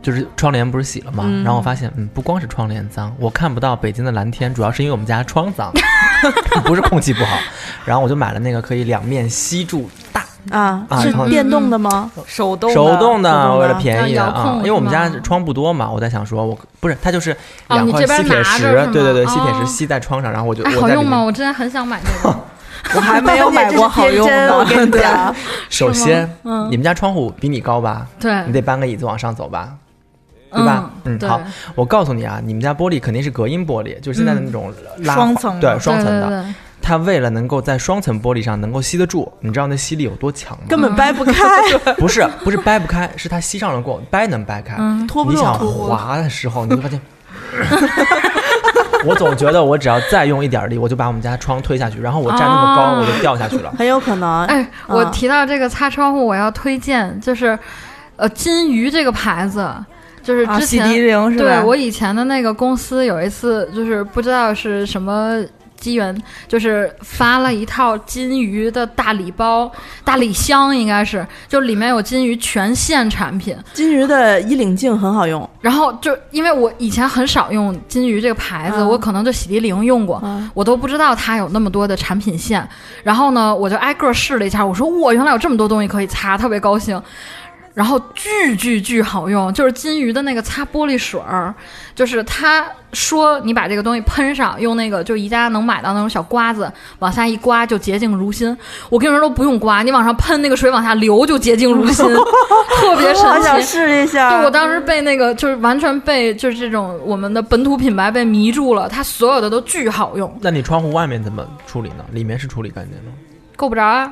就是窗帘不是洗了吗？嗯然后我发现，嗯，不光是窗帘脏，我看不到北京的蓝天，主要是因为我们家窗脏， <laughs> 不是空气不好。 <laughs> 然后我就买了那个可以两面吸住大啊，啊嗯是然后电动的吗？手动手动手动的，的为了便宜要遥控啊，因为是我们吗家窗不多嘛，我在想说我不是它就是哦两你块这边吸铁拿着石，是吗对对对，吸铁哦石吸在窗上，然后我就哎，我好在里用吗？面。哦我真的很想买这个。我还没有买过好 <laughs> 用的，我的。跟你讲，首是吗先，嗯你们家窗户比你高吧？对，你得搬个椅子往上走吧？嗯对吧嗯对好我告诉你啊，你们家玻璃肯定是隔音玻璃，就是现在的那种嗯拉双层的对双层对的。对对它为了能够在双层玻璃上能够吸得住，你知道那吸力有多强吗？根嗯本掰不 <laughs> 开，不是不是掰不开，是它吸上了过后掰能掰开，嗯拖不你动想。拖不动滑的时候，你就发现。我总觉得我只要再用一点力，我就把我们家窗推下去，然后我站那么高，啊我就掉下去了。很有可能。哎，我嗯提到这个擦窗户，我要推荐就是，呃，金鱼这个牌子，就是啊，之洗前、涤灵是吧？对我以前的那个公司有一次，就是不知道是什么机缘，就是发了一套金鱼的大礼包、大礼箱，应该是就里面有金鱼全线产品。金鱼的衣领镜很好用，然后就因为我以前很少用金鱼这个牌子，嗯我可能就洗涤灵用过，嗯我都不知道它有那么多的产品线。然后呢，我就挨个试了一下，我说哇，原来有这么多东西可以擦，特别高兴。然后巨巨巨好用，就是金鱼的那个擦玻璃水儿，就是他说你把这个东西喷上，用那个就宜家能买到那种小刮子往下一刮就洁净如新。我跟你说都不用刮，你往上喷那个水往下流就洁净如新， <laughs> 特别神我想奇。试一啊下。对，我当时被那个就是完全被就是这种我们的本土品牌被迷住了，它所有的都巨好用，那你窗户外面怎么处理呢？里面是处理干净吗？够不着啊，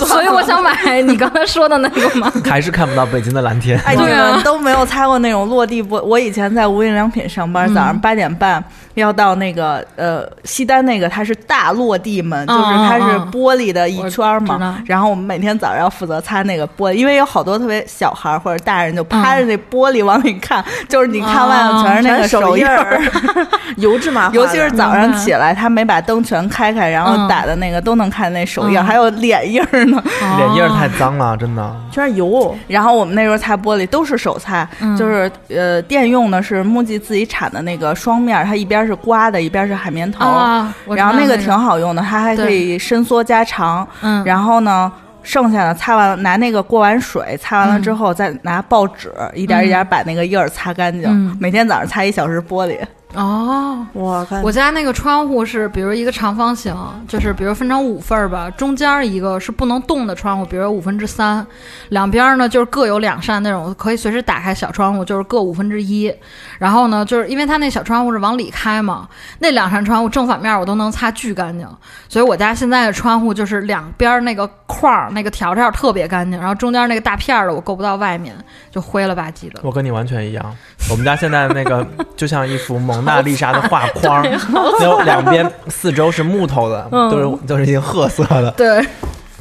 所以我想买你刚才说的那个 <laughs> 嘛。还是看不到北京的蓝天？哎，你对啊们都没有擦过那种落地玻。我以前在无印良品上班，早上八点半要到那个呃西单那个，它是大落地门，就是它是嗯嗯嗯玻璃的一圈儿我知道嘛。然后我们每天早上要负责擦那个玻璃，因为有好多特别小孩儿或者大人就趴着那玻璃往里看，就是你看外头全是那全个是手手印儿。儿，油质啊麻花的，尤其是早明上白起来，他没把灯全开开，然后嗯打的那个都能看那手印儿，嗯还有脸印儿呢。 <laughs> <laughs> 脸印儿太脏了，真的。全是油。然后我们那时候擦玻璃都是手擦，嗯就是呃电用的是木吉自己产的那个双面儿，它一边是刮的，一边是海绵头，啊，我知然道后那那个挺，好用的，它还可以伸缩加长。嗯，然后呢，剩下的擦完了拿那个过完水，擦完了嗯之后再拿报纸一点一点把那个印儿擦干净。嗯每天早上擦一小时玻璃，哦。我看我家那个窗户是，比如一个长方形，就是比如分成五份儿吧，中间儿一个是不能动的窗户，比如五分之三，两边儿呢就是各有两扇那种可以随时打开小窗户，就是各五分之一。然后呢，就是因为它那小窗户是往里开嘛，那两扇窗户正反面我都能擦巨干净，所以我家现在的窗户就是两边儿那个框儿那个条条特别干净，然后中间那个大片儿的我够不到外面，就灰了吧唧的。我跟你完全一样，我们家现在那个就像一幅蒙娜丽莎的画框，然后两边四周是木头的，嗯都是都是一些褐色的，对，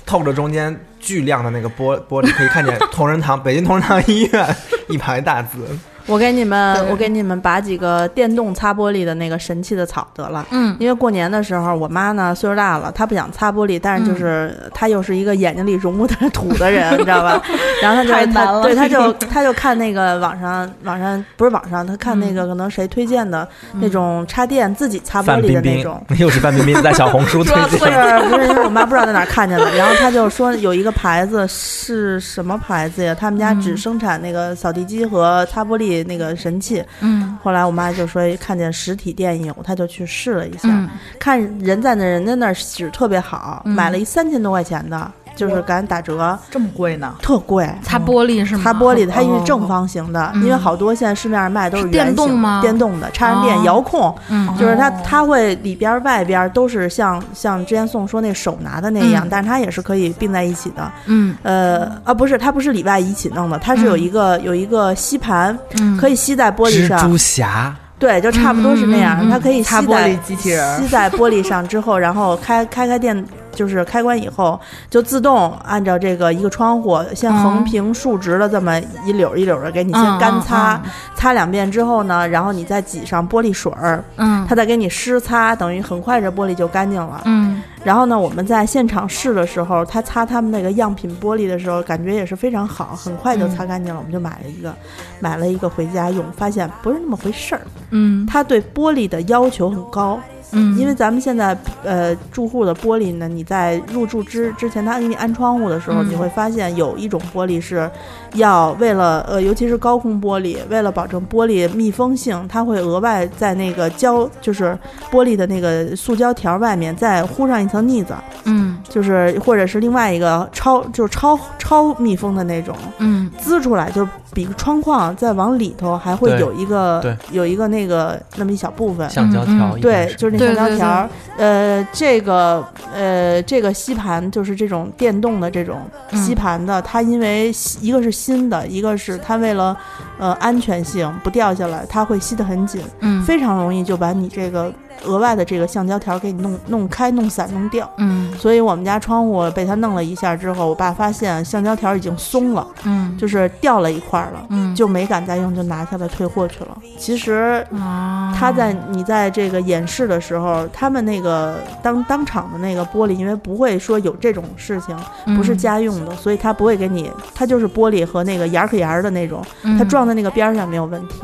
透着中间巨亮的那个玻玻璃，可以看见同仁堂北京同仁堂医院一排大字。我给你们，对我给你们拔几个电动擦玻璃的那个神器的草得了。嗯因为过年的时候，我妈呢岁数大了，她不想擦玻璃，但是就是、她又是一个眼睛里容不得土的人，你知道吧？然后她就太难她了对，她就她就看那个网上网上不是网上，她看那个可能谁推荐的、那种插电自己擦玻范璃冰的那冰种。又是范冰冰在小红书推 <laughs> 不是荐，不是，因为我妈不知道在哪儿看见的，然后她就说有一个牌子是什么牌子呀？他们家只生产那个扫地机和擦玻璃那个神器。嗯后来我妈就说看见实体店有，她就去试了一下，嗯，看人在那人家那儿使特别好，嗯买了一三千多块钱的，就是赶打折，这么贵呢？特贵。擦玻璃是吗？擦玻璃的，它哦是正。方形的，嗯因为好多现在市面上卖都是圆电形动吗电动的，插上电、哦遥控，嗯，就是它哦它会里边儿外边儿都是像像之前宋说那手拿的那样，嗯但是它也是可以并在一起的。嗯呃啊，不是，它不是里外一起弄的，它是有一个、有一个吸盘，嗯，可以吸在玻璃蜘上蛛，侠，对，就差不多是那样。嗯嗯嗯它可以吸擦玻在璃机器人儿吸在玻璃上之后，然后开开开电。就是开关以后，就自动按照这个一个窗户，先嗯横平竖直的这么一绺一绺的给你你先干擦，擦两遍之后呢，然后你再挤上玻璃水儿，嗯，它再给你湿擦，等于很快这玻璃就干净了。嗯然后呢，我们在现场试的时候，他擦他们那个样品玻璃的时候，感觉也是非常好，很快就擦干净了。我们就买了一个，买了一个回家用，发现不是那么回事儿。嗯他对玻璃的要求很高，嗯，因为咱们现在呃住户的玻璃呢，你在入住之之前，他给你安窗户的时候，嗯你会发现有一种玻璃是要为了呃，尤其是高空玻璃，为了保证玻璃密封性，它会额外在那个胶就是玻璃的那个塑胶条外面再糊上一层腻子，嗯就是或者是另外一个超就是超超密封的那种嗯滋出来，就比窗框再往里头还会对有一个对有一个那个那么一小部分。橡胶条嗯一般是，对，就是那对橡胶对条儿，呃，这个呃，这个吸盘就是这种电动的这种嗯吸盘的，它因为吸一个是新的，一个是它为了呃安全性不掉下来，它会吸得很紧，嗯非常容易就把你这个额外的这个橡胶条儿给你弄弄开、弄散、弄掉。嗯所以我们家窗户被它弄了一下之后，我爸发现橡胶条已经松了，嗯，就是掉了一块儿了，嗯就没敢再用，就拿下来退货去了。其实啊，他在你在这个演示的时候，他们那个当当场的那个玻璃，因为不会说有这种事情，哦嗯不是家用的，所以他不会给你，他就是玻璃和那个沿儿可沿儿的那种，嗯，他撞在那个边儿上没有问题。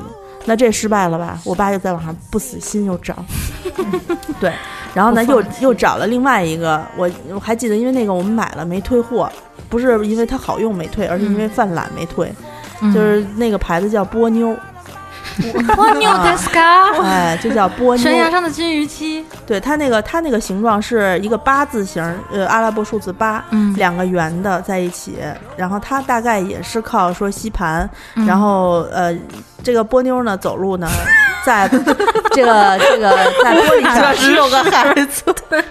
那这失败了吧？我爸又在网上不死心又 <laughs> 找，对，然后呢不又放弃又找了另外一个，我我还记得，因为那个我们买了没退货，不是因为它好用没退，而是因为犯懒没退，嗯 <laughs> 就是那个牌子叫波妞，哇，你有 <laughs> desk 啊哎，就叫波妞 <laughs> 悬，崖上的金鱼姬，对它那个它那个形状是一个八字形，呃，阿拉伯数字八。嗯两个圆的在一起，然后它大概也是靠说吸盘，嗯然后呃，这个波妞呢走路呢， <laughs> 在这个这个在玻璃上十六个孩子，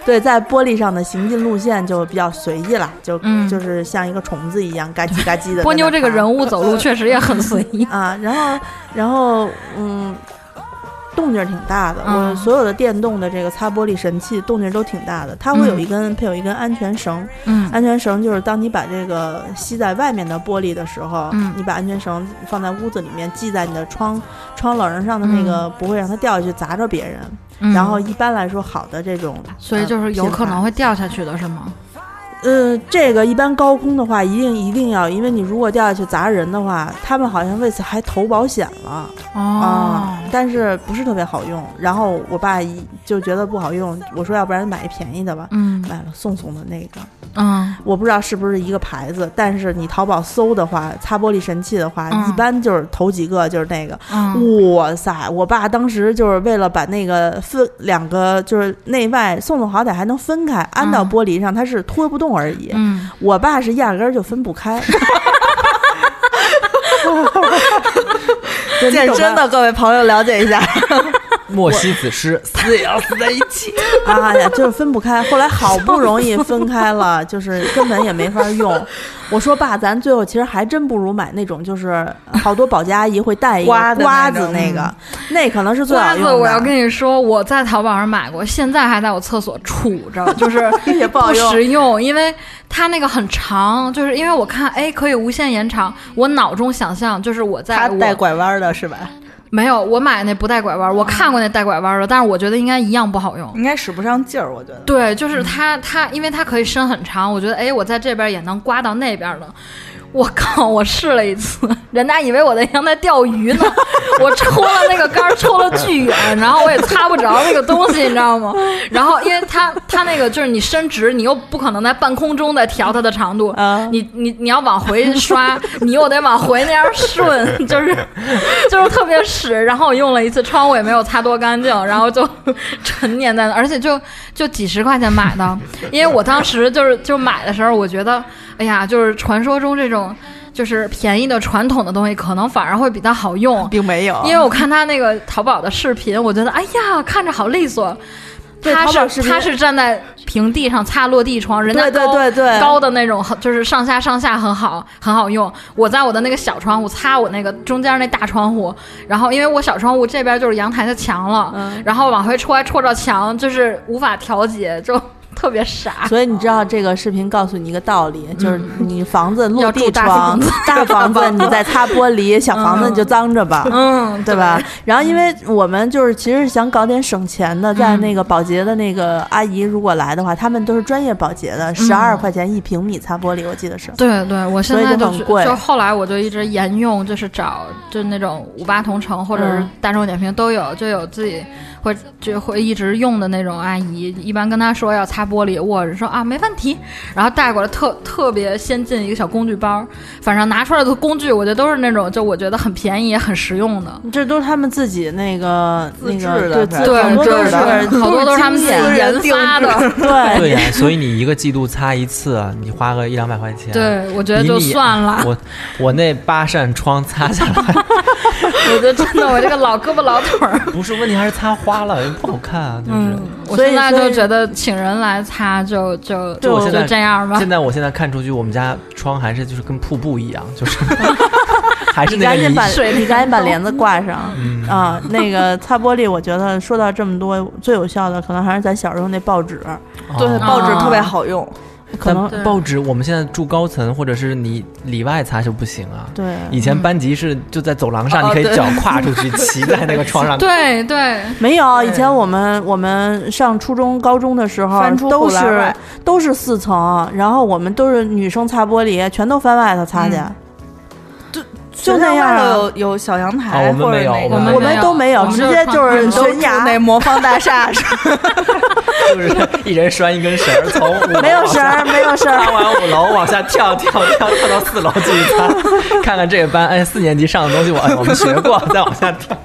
对在玻璃上的行进路线就比较随意了，就、嗯就是像一个虫子一样嘎叽嘎叽的。波妞这个人物，物走路确实也很随意啊，然后然后嗯。动静儿挺大的，嗯我所有的电动的这个擦玻璃神器动静儿都挺大的，它会有嗯一根、配有一根安全绳，嗯安全绳就是当你把这个吸在外面的玻璃的时候，嗯你把安全绳放在屋子里面，系在你的窗窗棱上的那个，不会让它掉下去砸着别人。嗯然后一般来说，好的这种，所以就是有可能会掉下去的是吗？呃，呃，这个一般高空的话，一定一定要，因为你如果掉下去砸人的话，他们好像为此还投保险了啊、哦，但是不是特别好用。然后我爸一就觉得不好用，我说要不然买一便宜的吧，嗯买了宋宋的那个。嗯我不知道是不是一个牌子，但是你淘宝搜的话，擦玻璃神器的话，嗯一般就是头几个就是那个。嗯哇塞！我爸当时就是为了把那个分两个，就是内外宋宋好歹还能分开，安到玻璃上，它是推不动而已。嗯，我爸是压根儿就分不 <laughs> 开。 <laughs> <laughs> 对你健懂身吧的各位朋友了解 <laughs> 一下，莫惜子诗，死也要死在一 <laughs> 起。啊呀，就是分不开。后来好不容易分开 <laughs> 了，就是根本也没法用。我说爸，咱最后其实还真不如买那种，就是好多保洁阿姨会带一个刮的瓜那子种那个，那可能是最好瓜用子的。我要跟你说，我在淘宝上买过，现在还在我厕所杵着，就是也不不好用。实用，因为它那个很长，就是因为我看哎可以无限延长，我脑中想象就是我在他我带拐弯的是吧？没有我买那不带拐啊弯，我看过那带拐弯的，但是我觉得应该一样不好用。嗯应该使不上劲儿，我觉得。对，就是它，它因为它可以伸很长，我觉得，哎，我在这边也能刮到那边了。我靠！我试了一次，人家以为我在阳台钓鱼呢，我抽了那个杆儿，抽了巨远，然后我也擦不着那个东西，你知道吗？然后因为它它那个就是你伸直，你又不可能在半空中再调它的长度，啊你你你要往回刷，你又得往回那样顺，就是就是特别屎。然后我用了一次，窗户也没有擦多干净，然后就 <laughs> 沉湎在那，而且就就几十块钱买的，因为我当时就是就买的时候，我觉得哎呀，就是传说中这种就是便宜的传统的东西，可能反而会比较好用。并没啊有，因为我看他那个淘宝的视频，我觉得哎呀，看着好利索。对他淘宝视是频他是站在平地上擦落地窗，人家对对高对对高的那种，很就是上下上下很好很好用。我在我的那个小窗户擦我那个中间那大窗户，然后因为我小窗户这边就是阳台的墙了，嗯然后往回戳还戳着墙，就是无法调节，就特别傻。所以你知道这个视频告诉你一个道理，就是你房子落要住地大窗房子，大房子你再擦玻璃，小房子你就脏着 <laughs> 吧。嗯，对吧？？然后，因为我们就是其实想搞点省钱的，在嗯那个保洁的那个阿姨如果来的话，他们都是专业保洁的，十二块钱一平米擦玻璃，我记得是。对对，我现所以在就就很是贵就后来我就一直沿用，就是找就那种五八同城或者是嗯大众点评都有，就有自己会就会一直用的那种阿姨，一般跟她说要擦玻璃握着，说啊没问题，然后带过来特特别先进一个小工具包，反正拿出来的工具，我觉得都是那种就我觉得很便宜也很实用的。这都是他们自己那个自制那的个反对，正自对很，多真都是是好多都是他们自己经典研发的。对对呀、所以你一个季度擦一次，啊你花个一两百块钱，，对，我觉得比就你算了。我我那八扇窗擦下来 <laughs> 我觉得真的，我这个老胳膊老腿儿。不是问题，还是擦花了，不好看啊，就是。嗯我所以现在所就以觉得请人来擦就就就我就现在这样吧现。在我现在看出去，我们家窗还是就是跟瀑布一样，就是 <laughs> 还是你那赶个紧泥把水。你赶紧把帘子挂上。嗯，啊，那个擦玻璃，我觉得说到这么多，最有效的可能还是咱小时候那报纸，对，哦报纸啊特别好用，可能对啊但报纸我们现在住高层，或者是你里外擦就不行啊。对以前班级是就在走廊上，哦你可以对脚跨出去，骑在那个窗 <laughs> 上。对对，没有。以前我们我们上初中、高中的时候翻出，都护栏是外都是四层，然后我们都是女生擦玻璃，全都翻外头擦去，就学校那样外头啊。有有小阳哦台我们或者没有那我个们我们都没有我，们直就接是就是穿都悬住崖，那魔方大厦上。就是一人拴一根绳儿，从五楼没有往绳下儿，没有绳儿 <laughs> 跳。完五楼往下跳，跳跳跳到四楼继续擦，看看这个班哎四年级上的东西我哎我们学过，再往下跳。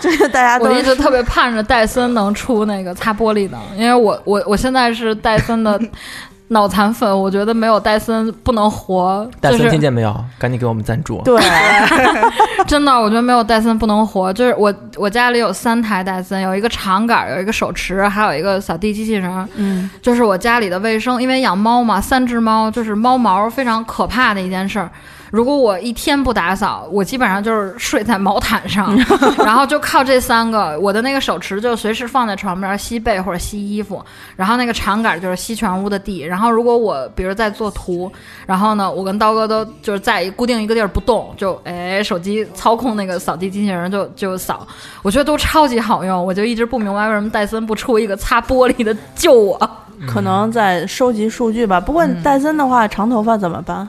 就是大家都我一直特别盼着戴森能出那个擦玻璃的，因为我我我现在是戴森的 <laughs> 脑残粉，我觉得没有戴森不能活，戴就森听是见没有？赶紧给我们赞助。对，真的，我觉得没有戴森不能活。就是我我家里有三台戴森，有一个长杆，有一个手持，还有一个扫地机器人。嗯，就是我家里的卫生，因为养猫嘛，三只猫，就是猫毛非常可怕的一件事儿。如果我一天不打扫，我基本上就是睡在毛毯上，然后就靠这三个。我的那个手持就随时放在床边吸被或者吸衣服，然后那个长杆就是吸全屋的地。然后如果我比如在做图，然后呢，我跟刀哥都就是在一固定一个地儿不动，就哎手机操控那个扫地机器人就就扫，我觉得都超级好用。我就一直不明白为什么戴森不出一个擦玻璃的救我。可能在收集数据吧。不过戴森的话，长头发怎么办？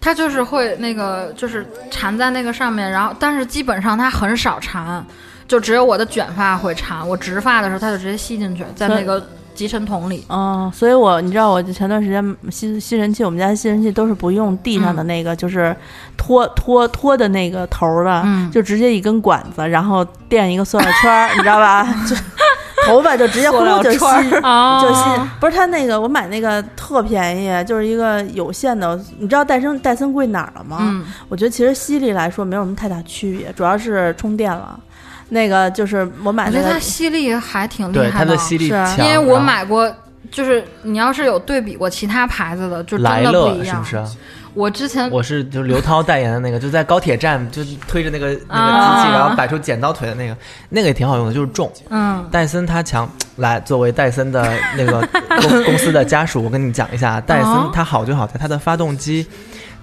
它就是会那个，就是缠在那个上面，然后但是基本上它很少缠，就只有我的卷发会缠，我直发的时候它就直接吸进去，在那个集尘筒里。嗯，所以我你知道，我就前段时间吸吸尘器，我们家吸尘器都是不用地嗯上的那个，就是拖拖拖的那个头儿的，嗯就直接一根管子，然后垫一个塑料圈儿，你知道吧？ <laughs> 就头发就直接呼噜就吸塑料圈哦就吸，不是它那个，我买那个特便宜，就是一个有线的。你知道戴森戴森贵哪儿了吗？嗯，我觉得其实吸力来说没有什么太大区别，主要是充电了。那个就是我买我觉那得它个，吸力还挺厉对，害它的哦的，吸力是啊强。因为然我后买过。就是你要是有对比过其他牌子的，就真莱的不乐一是样。不是？我之前我是就是刘涛代言的那个，就在高铁站就推着那个那个机器，啊然后摆出剪刀腿的那个，那个也挺好用的，就是重。嗯，戴森它强，来作为戴森的那个公公司的家属，我跟你讲一下，戴森它好就好在它的发动机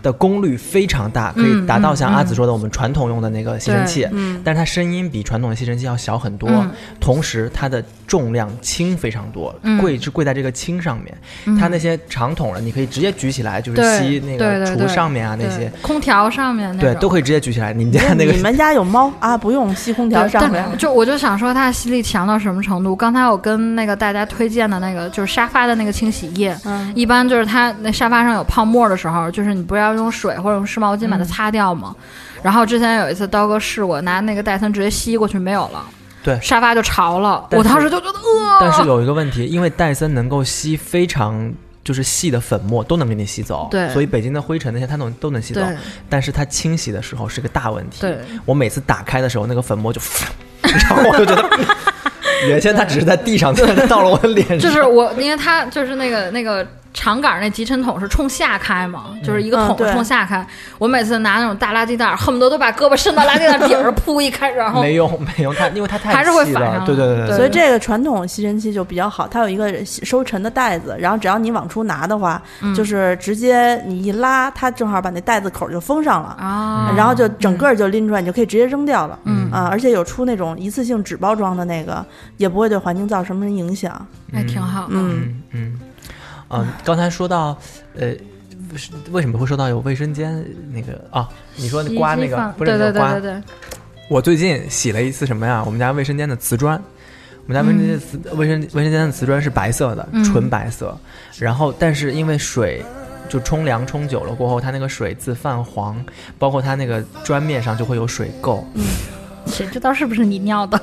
的功率非常大，可以达到像阿紫说的我们传统用的那个吸尘器，嗯，但是它声音比传统的吸尘器要小很多，嗯同时它的重量轻非常多，嗯贵是贵在这个轻上面。嗯它那些长筒的，你可以直接举起来，就是对吸那个对对厨对上面啊那对些，空调上面那对，种都可以直接举起来。你们家那个 <laughs> 你们家有猫啊？不用吸空调对上但面。就我就想说，它吸力强到什么程度？刚才我跟那个大家推荐的那个，就是沙发的那个清洗液，嗯一般就是它那沙发上有泡沫的时候，就是你不是要用水或者用湿毛巾把它嗯擦掉吗？然后之前有一次刀哥试过，拿那个戴森直接吸过去，没有了，对沙发就潮了。但我是当时就觉得，呃，但是有一个问题，因为戴森能够吸非常就是细的粉末，都能给你吸走。对所以北京的灰尘那些它能都能吸走，对但是它清洗的时候是个大问题。对，我每次打开的时候，那个粉末就， <laughs> 然后我就觉得， <laughs> 原先它只是在地上，现在到了我的脸上。 <laughs> 就是我，因为它就是那个那个长杆儿那集尘筒是冲下开嘛，就是一个嗯桶对冲下开。我每次拿那种大垃圾袋儿，恨不得都把胳膊伸到垃圾袋儿 <laughs> 顶上，噗一开，然后没用 <laughs> 没用，它因为它太还是会细反了上对对对对所以这个传统吸尘器就比较好，它有一个收尘的袋子，然后只要你往出拿的话，就是直接你一拉，它正好把那袋子口就封上了，啊，然后就整个就拎出来，你就可以直接扔掉了。嗯啊，而且有出那种一次性纸包装的那个，也不会对环境造成什么影响。还挺好的。嗯，嗯嗯嗯，刚才说到呃。是为什么会说到有卫生间那个啊？你嗯说刮那个不是对那对个对刮对对，我最近洗了一次什么呀？我们家卫生间的瓷砖，我们家卫生间的瓷卫生卫生间的瓷砖是白色的，嗯纯白色。然后，但是因为水就冲凉冲久了过后，它那个水渍泛黄，包括它那个砖面上就会有水垢。谁知道是不是你尿的？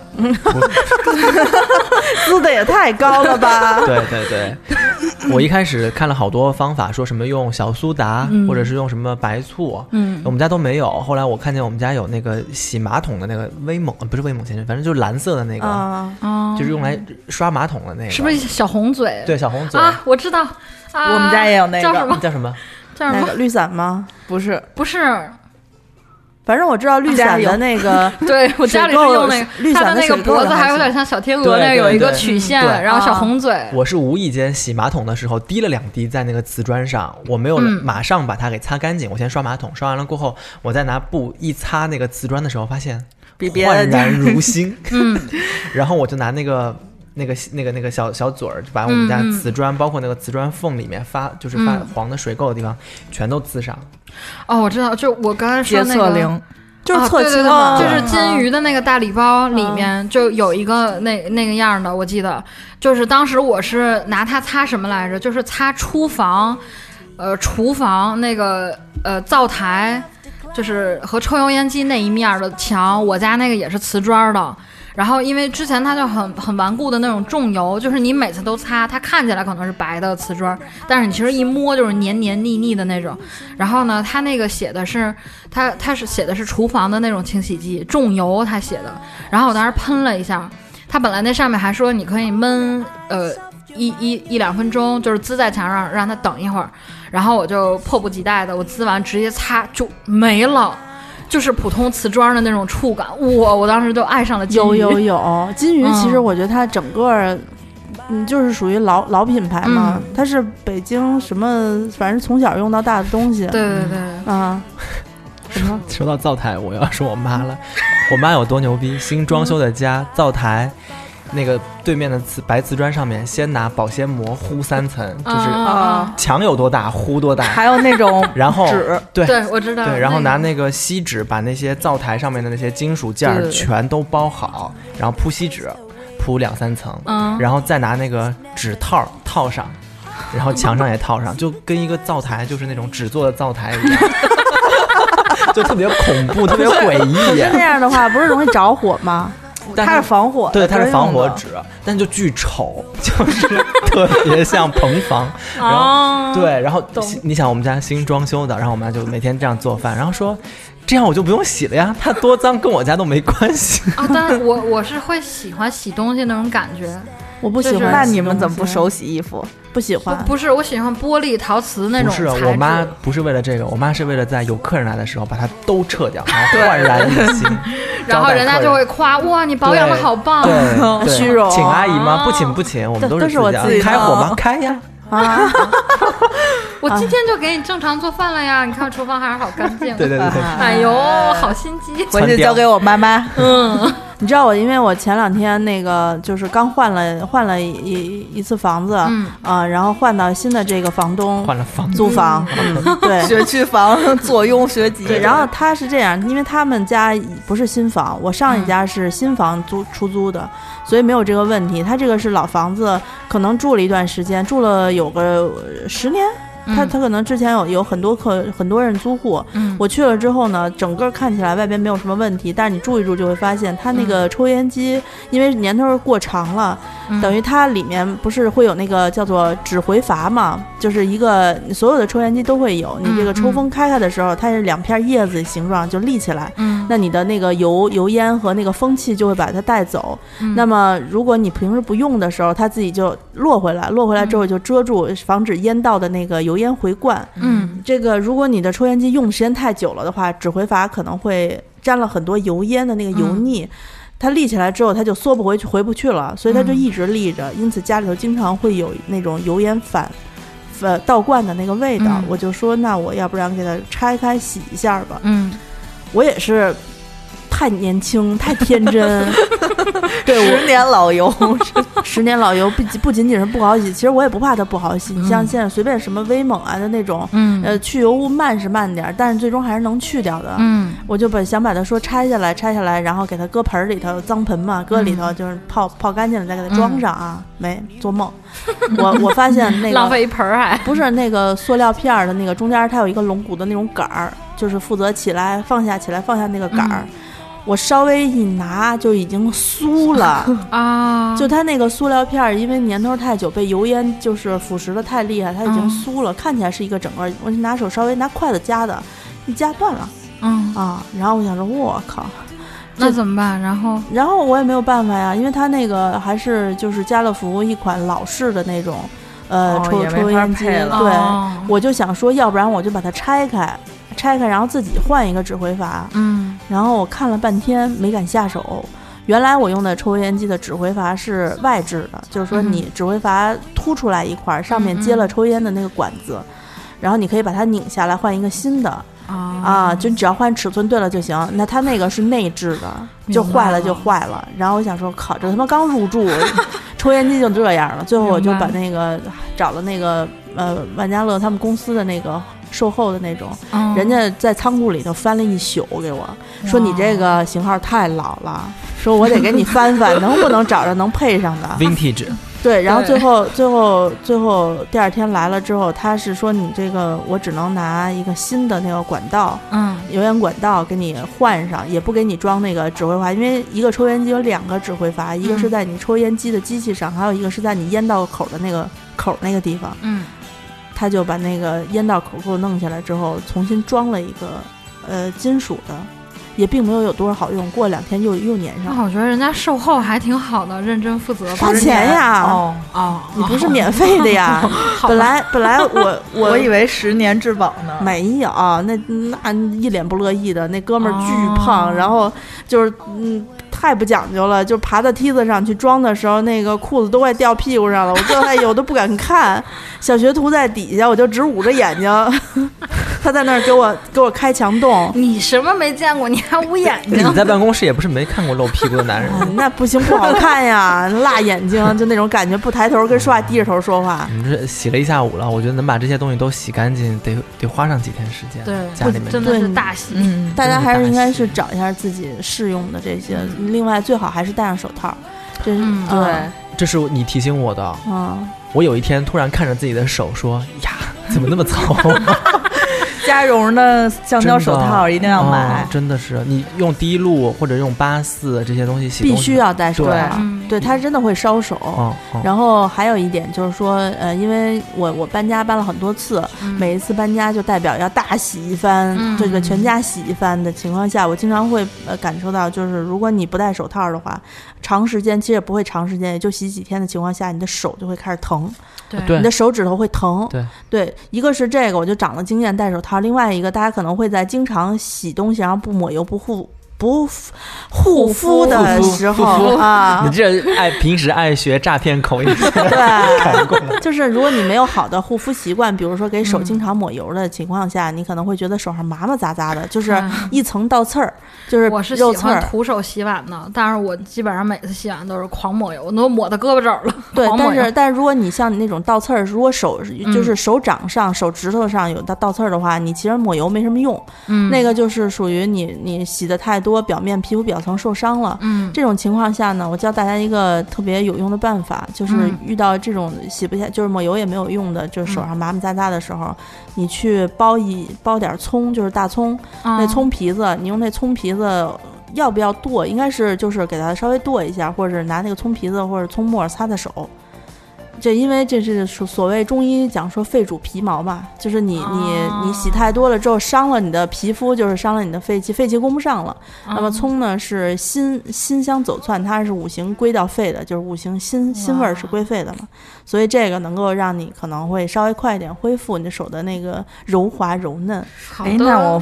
滋的也太高了 <laughs> 吧？对对对，我一开始看了好多方法，说什么用小苏打，嗯或者是用什么白醋，嗯我们家都没有。后来我看见我们家有那个洗马桶的那个威猛，呃不是威猛先生，反正就是蓝色的那个，啊，哦就是用来刷马桶的那个，是不是小红嘴？对，小红嘴、啊，我知道，啊、我们家也有那个叫什么叫什么？叫什那么？个绿伞吗？ <laughs> 不是，不是，反正我知道绿伞家的有那个对我家里是用那水垢个，它绿色的那个水垢脖子还还是有点像小天鹅对那儿有对一个对曲线，对然后小啊红嘴，我是无意间洗马桶的时候滴了两滴在那个瓷砖上，我没有嗯马上把它给擦干净，我先刷马桶，刷完了过后，我再拿布一擦那个瓷砖的时候，发现比别 <laughs> 焕人然 <laughs> <laughs> 如新。嗯， <laughs> 然后我就拿那个。那个那个那个小小嘴儿，就把我们家嗯嗯瓷砖，包括那个瓷砖缝里面发，就是发嗯黄的水垢的地方，全都滋上。哦，我知道，就我刚才说洁那厕个。灵，就是啊侧对对倾嗯对嘛，就对是金鱼的那个大礼包里面就有一个那那个样的，我记得，就是当时我是拿它擦什么来着？就是擦厨房，呃，厨房那个呃灶台，就是和抽油烟机那一面的墙，我家那个也是瓷砖的。然后，因为之前它就很很顽固的那种重油，就是你每次都擦，它看起来可能是白的瓷砖，但是你其实一摸就是黏黏腻腻的那种。然后呢，它那个写的是它它是写的是厨房的那种清洗剂，重油它写的。然后我当时喷了一下，它本来那上面还说你可以闷呃一一一两分钟，就是滋在墙上让它等一会儿。然后我就迫不及待的，我滋完直接擦就没了。就是普通瓷砖的那种触感，哇！我当时就爱上了金有鱼嗯有有，金鱼其实我觉得它整个，嗯，就是属于老老品牌嘛嗯，它是北京什么，反正从小用到大的东西。对对对，啊，说到灶台，我要说我妈 <laughs> 了。我妈有多牛逼？新装修的家，灶台那个对面的瓷白瓷砖上面，先拿保鲜膜糊三层，嗯就是啊，墙有多大糊多大，还有那 <laughs> 种然后纸，对对我知道。对，然后拿嗯那那个锡纸把那些灶台上面的那些金属件对儿对对全都包好，然后铺锡纸，铺两三层，嗯然后再拿那个纸套儿套上。然后墙上也套上，就跟一个灶台，就是那种纸做的灶台一样， <laughs> 就特别恐怖，特别诡异。那样的话不是容易着火吗？ <laughs> 但它是防火的，对，它是防专火用的纸，但就巨丑， <laughs> 就是特别像棚房。然后哦，对，然后新你想我们家新装修的，然后我妈就每天这样做饭，然后说这样我就不用洗了呀，它多脏跟我家都没关系。啊，但我我是会喜欢洗东西那种感觉，我不喜就是欢。那你们怎嗯么不手洗衣服？不喜不 <laughs> 欢？不是我喜欢玻璃、陶瓷 <laughs> 那啊不种是，材质。。我妈不是为了这个，我妈是为了在有客人来的时候把它都撤掉，然后焕然一新然后人家就会夸哇，你保养的好棒哦招。待客 <laughs> 人对对虚荣请阿姨吗？不请不请，我们都是都是我家自己开火弄吗？开呀。啊，我今天就给你正常做饭了呀，你看厨房还是好干 <laughs> 净。对对对 <laughs> 对，哎呦，好心机。回穿去掉交给我妈妈。嗯你知道我，因为我前两天那个就是刚换了换了一一一次房子，嗯啊，然后换到新的这个房东换了房子。租房，嗯 <laughs> 对， <laughs> 学区房 <laughs> 坐拥学籍，对，然后他是这样，因为他们家不是新房，我上一家是新房租出租的，所以没有这个问题。他这个是老房子，可能住了一段时间，住了有个呃十年。他嗯他可能之前有有很多客很多人租户，嗯，我去了之后呢，整个看起来外边没有什么问题，但是你住一住就会发现，它那个抽烟机因为年头儿过长了，嗯等于它里面不是会有那个叫做指回阀嘛，就是一个所有的抽烟机都会有，你这个嗯抽风开开的时候，它是两片叶子形状就立起来。嗯，那你的那个油油烟和那个风气就会把它带走。嗯那么，如果你平时不用的时候，它自己就落回来，落回来之后就遮住，防止烟道的那个油烟回灌。嗯这个如果你的抽烟机用的时间太久了的话，指挥阀可能会沾了很多油烟的那个油嗯腻。它立起来之后，它就缩不回去，回不去了，所以它就嗯一直立着。因此家里头经常会有那种油烟反，呃倒灌的那个味道。嗯我就说，那我要不然给它拆开洗一下吧。嗯 <laughs> 我也是太年轻，太天真，对，十年老 <laughs> 油，十年老油不仅不仅仅是不好洗，其实我也不怕它不好洗。你、嗯像现在随便什么威猛啊的那种，嗯呃，去油污慢是慢点儿，但是最终还是能去掉的。嗯我就把想把它说拆下来，拆下来，然后给它搁盆儿里头，脏盆嘛，搁里嗯头就是泡泡干净了再给它装上啊。没做梦，我我发现那个 <laughs> 浪费一盆儿还。不是那个塑料片儿的那个中间儿，它有一个龙骨的那种杆儿，就是负责起来放下起来放下那个杆嗯儿。我稍微一拿就已经酥 <laughs> 了，啊，就它那个塑料片儿，因为年头太久被油烟就是腐蚀的太厉害，它已经嗯酥了，看起来是一个整个儿，我拿手稍微拿筷子夹的，一夹断了嗯，啊。然后我想说，我靠，那怎么办？然后然后我也没有办法呀，因为它那个还是就是家乐福一款老式的那种，呃，哦抽也没抽油法烟机，配了对。哦我就想说，要不然我就把它拆开，拆开，然后自己换一个指挥阀。嗯然后我看了半天没敢下手。原来我用的抽油烟机的指挥阀是外置的，就是说你指挥阀凸出来一块儿，上面接了抽烟的那个管子，然后你可以把它拧下来换一个新的啊啊，就只要换尺寸对了就行。那它那个是内置的，明白就坏了了就坏了。然后我想说，靠，这他妈刚入 <laughs> 驻，抽烟机就这样了。最后我就明白把那个找了那个呃万家乐他们公司的那个售后的那种，嗯哦人家在仓库里头翻了一宿给我，说你这个型号太老了，说我得给你翻 <laughs> 翻，能不能找着能配上的？ vintage，对，然后对最后最后最后第二天来了之后，他是说你这个我只能拿一个新的那个管道，嗯油烟管道给你换上，也不给你装那个指挥阀，因为一个抽烟机有两个指挥阀，一个是在你抽烟机的机器上，还有一个是在你烟道口的那个口那个地方。嗯他就把那个烟道口给我弄下来之后，重新装了一个呃金属的，也并没有有多少好用，过两天又又粘上 <laughs> 了。那我觉得人家售后还挺好的，认真负责吧。花钱呀，哦，哦，你不是免费的呀？好吧本来本来我我我以为十年质保呢，嗯没有，那那一脸不乐意的那哥们儿巨胖，哦然后就是嗯。太不讲究了，就爬到梯子上去装的时候，那个裤子都快掉屁股上了，我这还有都不敢看。 <laughs> 小学徒在底下，我就直捂着眼睛， <laughs> 他在那儿给我给我开墙洞，你什么没见过？你还捂眼睛你？在办公室也不是没看过露屁股的男 <laughs> 人，哎那不行，不好看呀， <laughs> 辣眼睛，就那种感觉，不抬头跟刷低着头说话。你们这洗了一下午了，我觉得能把这些东西都洗干净，得得花上几天时间。对家里面真的是大喜。嗯，大家还是应该是找一下自己适用的这些，另外最好还是戴上手套。这是、嗯嗯对，这是你提醒我的。嗯，我有一天突然看着自己的手说：“ <laughs> 呀，怎么那么糙？”加绒的橡胶手套一定要哦买，真的是你用滴露或者用八四这些东西洗必东西须。要戴手对套，嗯对它真的会烧手。哦哦，然后还有一点就是说，呃，因为我我搬家搬了很多次，嗯每一次搬家就代表要大洗一番，嗯这个全家洗一番的情况下，我经常会呃感受到，就是如果你不戴手套的话，长时间其实也不会长时间，也就洗几天的情况下，你的手就会开始疼。对你的手指头会疼。对一个是这个，我就长了经验戴手套；另外一个，大家可能会在经常洗东西，然后不抹油、不护、不护肤的护肤时护候肤啊 <laughs> 你，这爱平时爱学诈骗口音，对，就是如果你没有好的护肤习惯，比如说给嗯手经常抹油的情况下，你可能会觉得手上麻麻扎扎的，就是嗯一层倒刺儿，就是我是喜肉刺欢儿。徒手洗碗的，但是我基本上每次洗碗都是狂抹油，我都抹到胳膊肘儿了。对狂，抹但油嗯是但是如果你像你那种倒刺儿，如果手就是手掌上、手指头上有倒倒刺儿的话，你其实抹油没什么用。 <laughs> 嗯，那个就是属于你你洗的太多，表面皮肤表层受伤了。嗯这种情况下呢，我教大家一个特别有用的办法，就是嗯遇到这种洗不下，就是抹油也没有用的，就是手上麻麻扎扎的时候，你去剥一剥点葱，就是大葱，那那葱皮子，你用那葱皮子要不要剁？应该是就是给它稍微剁一下，或者是拿那个葱皮子或者葱末擦擦手。这因为这是所所谓中医讲说肺主皮毛嘛，就是你你你洗太多了之后伤了你的皮肤，就是伤了你的肺气，肺气供不上了。那嗯么葱呢是辛辛香走窜，它是五行归到肺的，就是五行辛辛味儿是归肺的嘛，所以这个能够让你可能会稍微快一点恢复你的手的那个柔滑柔嫩。好哎， <laughs> 的那我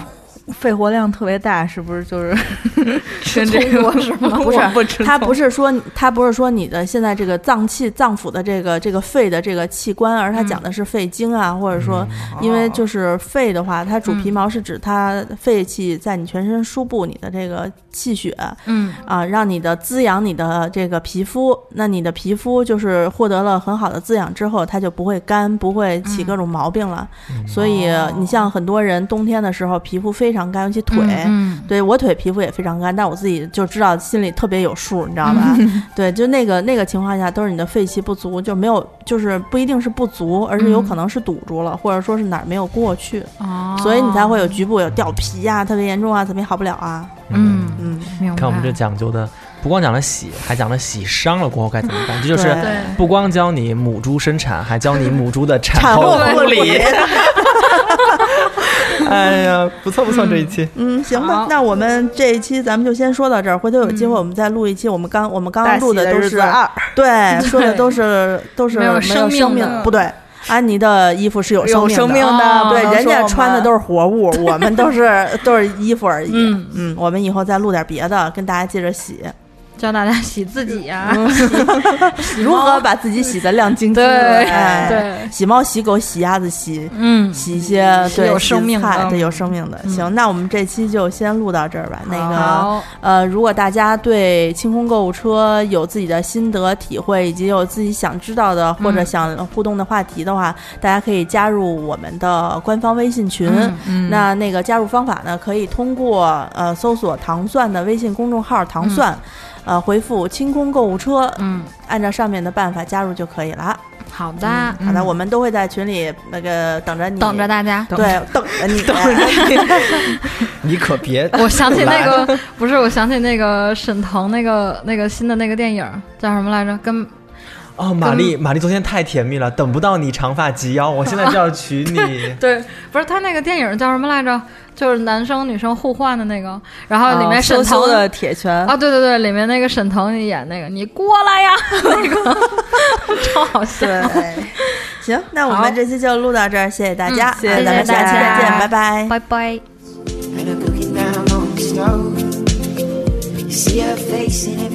肺活量特别大，是不是就是 <laughs> 吃跟这葱个 <laughs> 过是吗？不是不吃它葱不是说它不是说你的现在这个脏器脏腑的这个这个肺的这个器官，而它讲的是肺经啊，或者说嗯因哦为就是肺的话，它主皮毛是指它肺气在你全身输布你的这个气血嗯啊，让你的滋养你的这个皮肤。那你的皮肤就是获得了很好的滋养之后，它就不会干，不会起各种毛病了。嗯所以你像很多人冬天的时候皮肤非常干，尤其腿。嗯对我腿皮肤也非常干，但我自己就知道心里特别有数，你知道吧？对，就那个那个情况下，都是你的肺气不足，就没有，就是不一定是不足，而是有可能是堵住了，或者说是哪儿没有过去，哦，所以你才会有局部有掉皮呀、特别严重啊，怎么也好不了啊。嗯，嗯，明白。看我们这讲究的，不光讲了洗，还讲了洗伤了过后该怎么办，这就是对对，不光教你母猪生产，还教你母猪的产产后后护护理理。 <laughs> 哎呀，不错不错，这一期嗯，行吧好，那我们这一期咱们就先说到这儿，回头有机会我们再录一期。我们刚我们刚刚录大喜都日是子二， <laughs> 对，说的对都是都是没有生生命的哦不对。安妮的衣服是有有生生命的，命的对，不能人说我家们穿的都是活物，我们都 <laughs> 是都是衣服而已。 <laughs> 嗯我们以后再录点别的，跟大家接着洗，教大家洗自己呀，洗如何把自己洗得亮晶晶。 <laughs> 对哎对，洗猫、洗狗、洗鸭子、洗嗯，洗一些对有洗生命的嗯菜对有生命的。行，那我们这期就先录到这儿吧。那个。好，呃，如果大家对清空购物车有自己的心得体会，以及有自己想知道的或者嗯想互动的话题的话，大家可以加入我们的官方微信群。嗯嗯那那个加入方法呢，可以通过呃搜索“糖蒜”的微信公众号“糖蒜”，呃回复“清空购物车”，嗯，按照上面的办法加入就可以了。好的，好的，我们都会在群里那个等着你，嗯等着大家。对，等着 <laughs> 你，呃你可别我想起那个 <laughs> 不是，我想起那个沈腾那个那个新的那个电影儿叫什么来着？跟哦，玛丽，玛丽昨天太甜蜜了，等不到你长发及腰，我现在就要娶你。对，不是他那个电影叫什么来着？就是男生女生互换的那个，然哦后里面沈收腾缩啊的铁拳，啊，对对对，里面那个沈腾演那个，你过来呀， <laughs> 那个超好笑。对，行，那我好们这期就录到这儿，谢谢大家，嗯谢谢咱们下期大再家见，拜拜。拜拜。 and I'm looking down on the snow. You see her face in it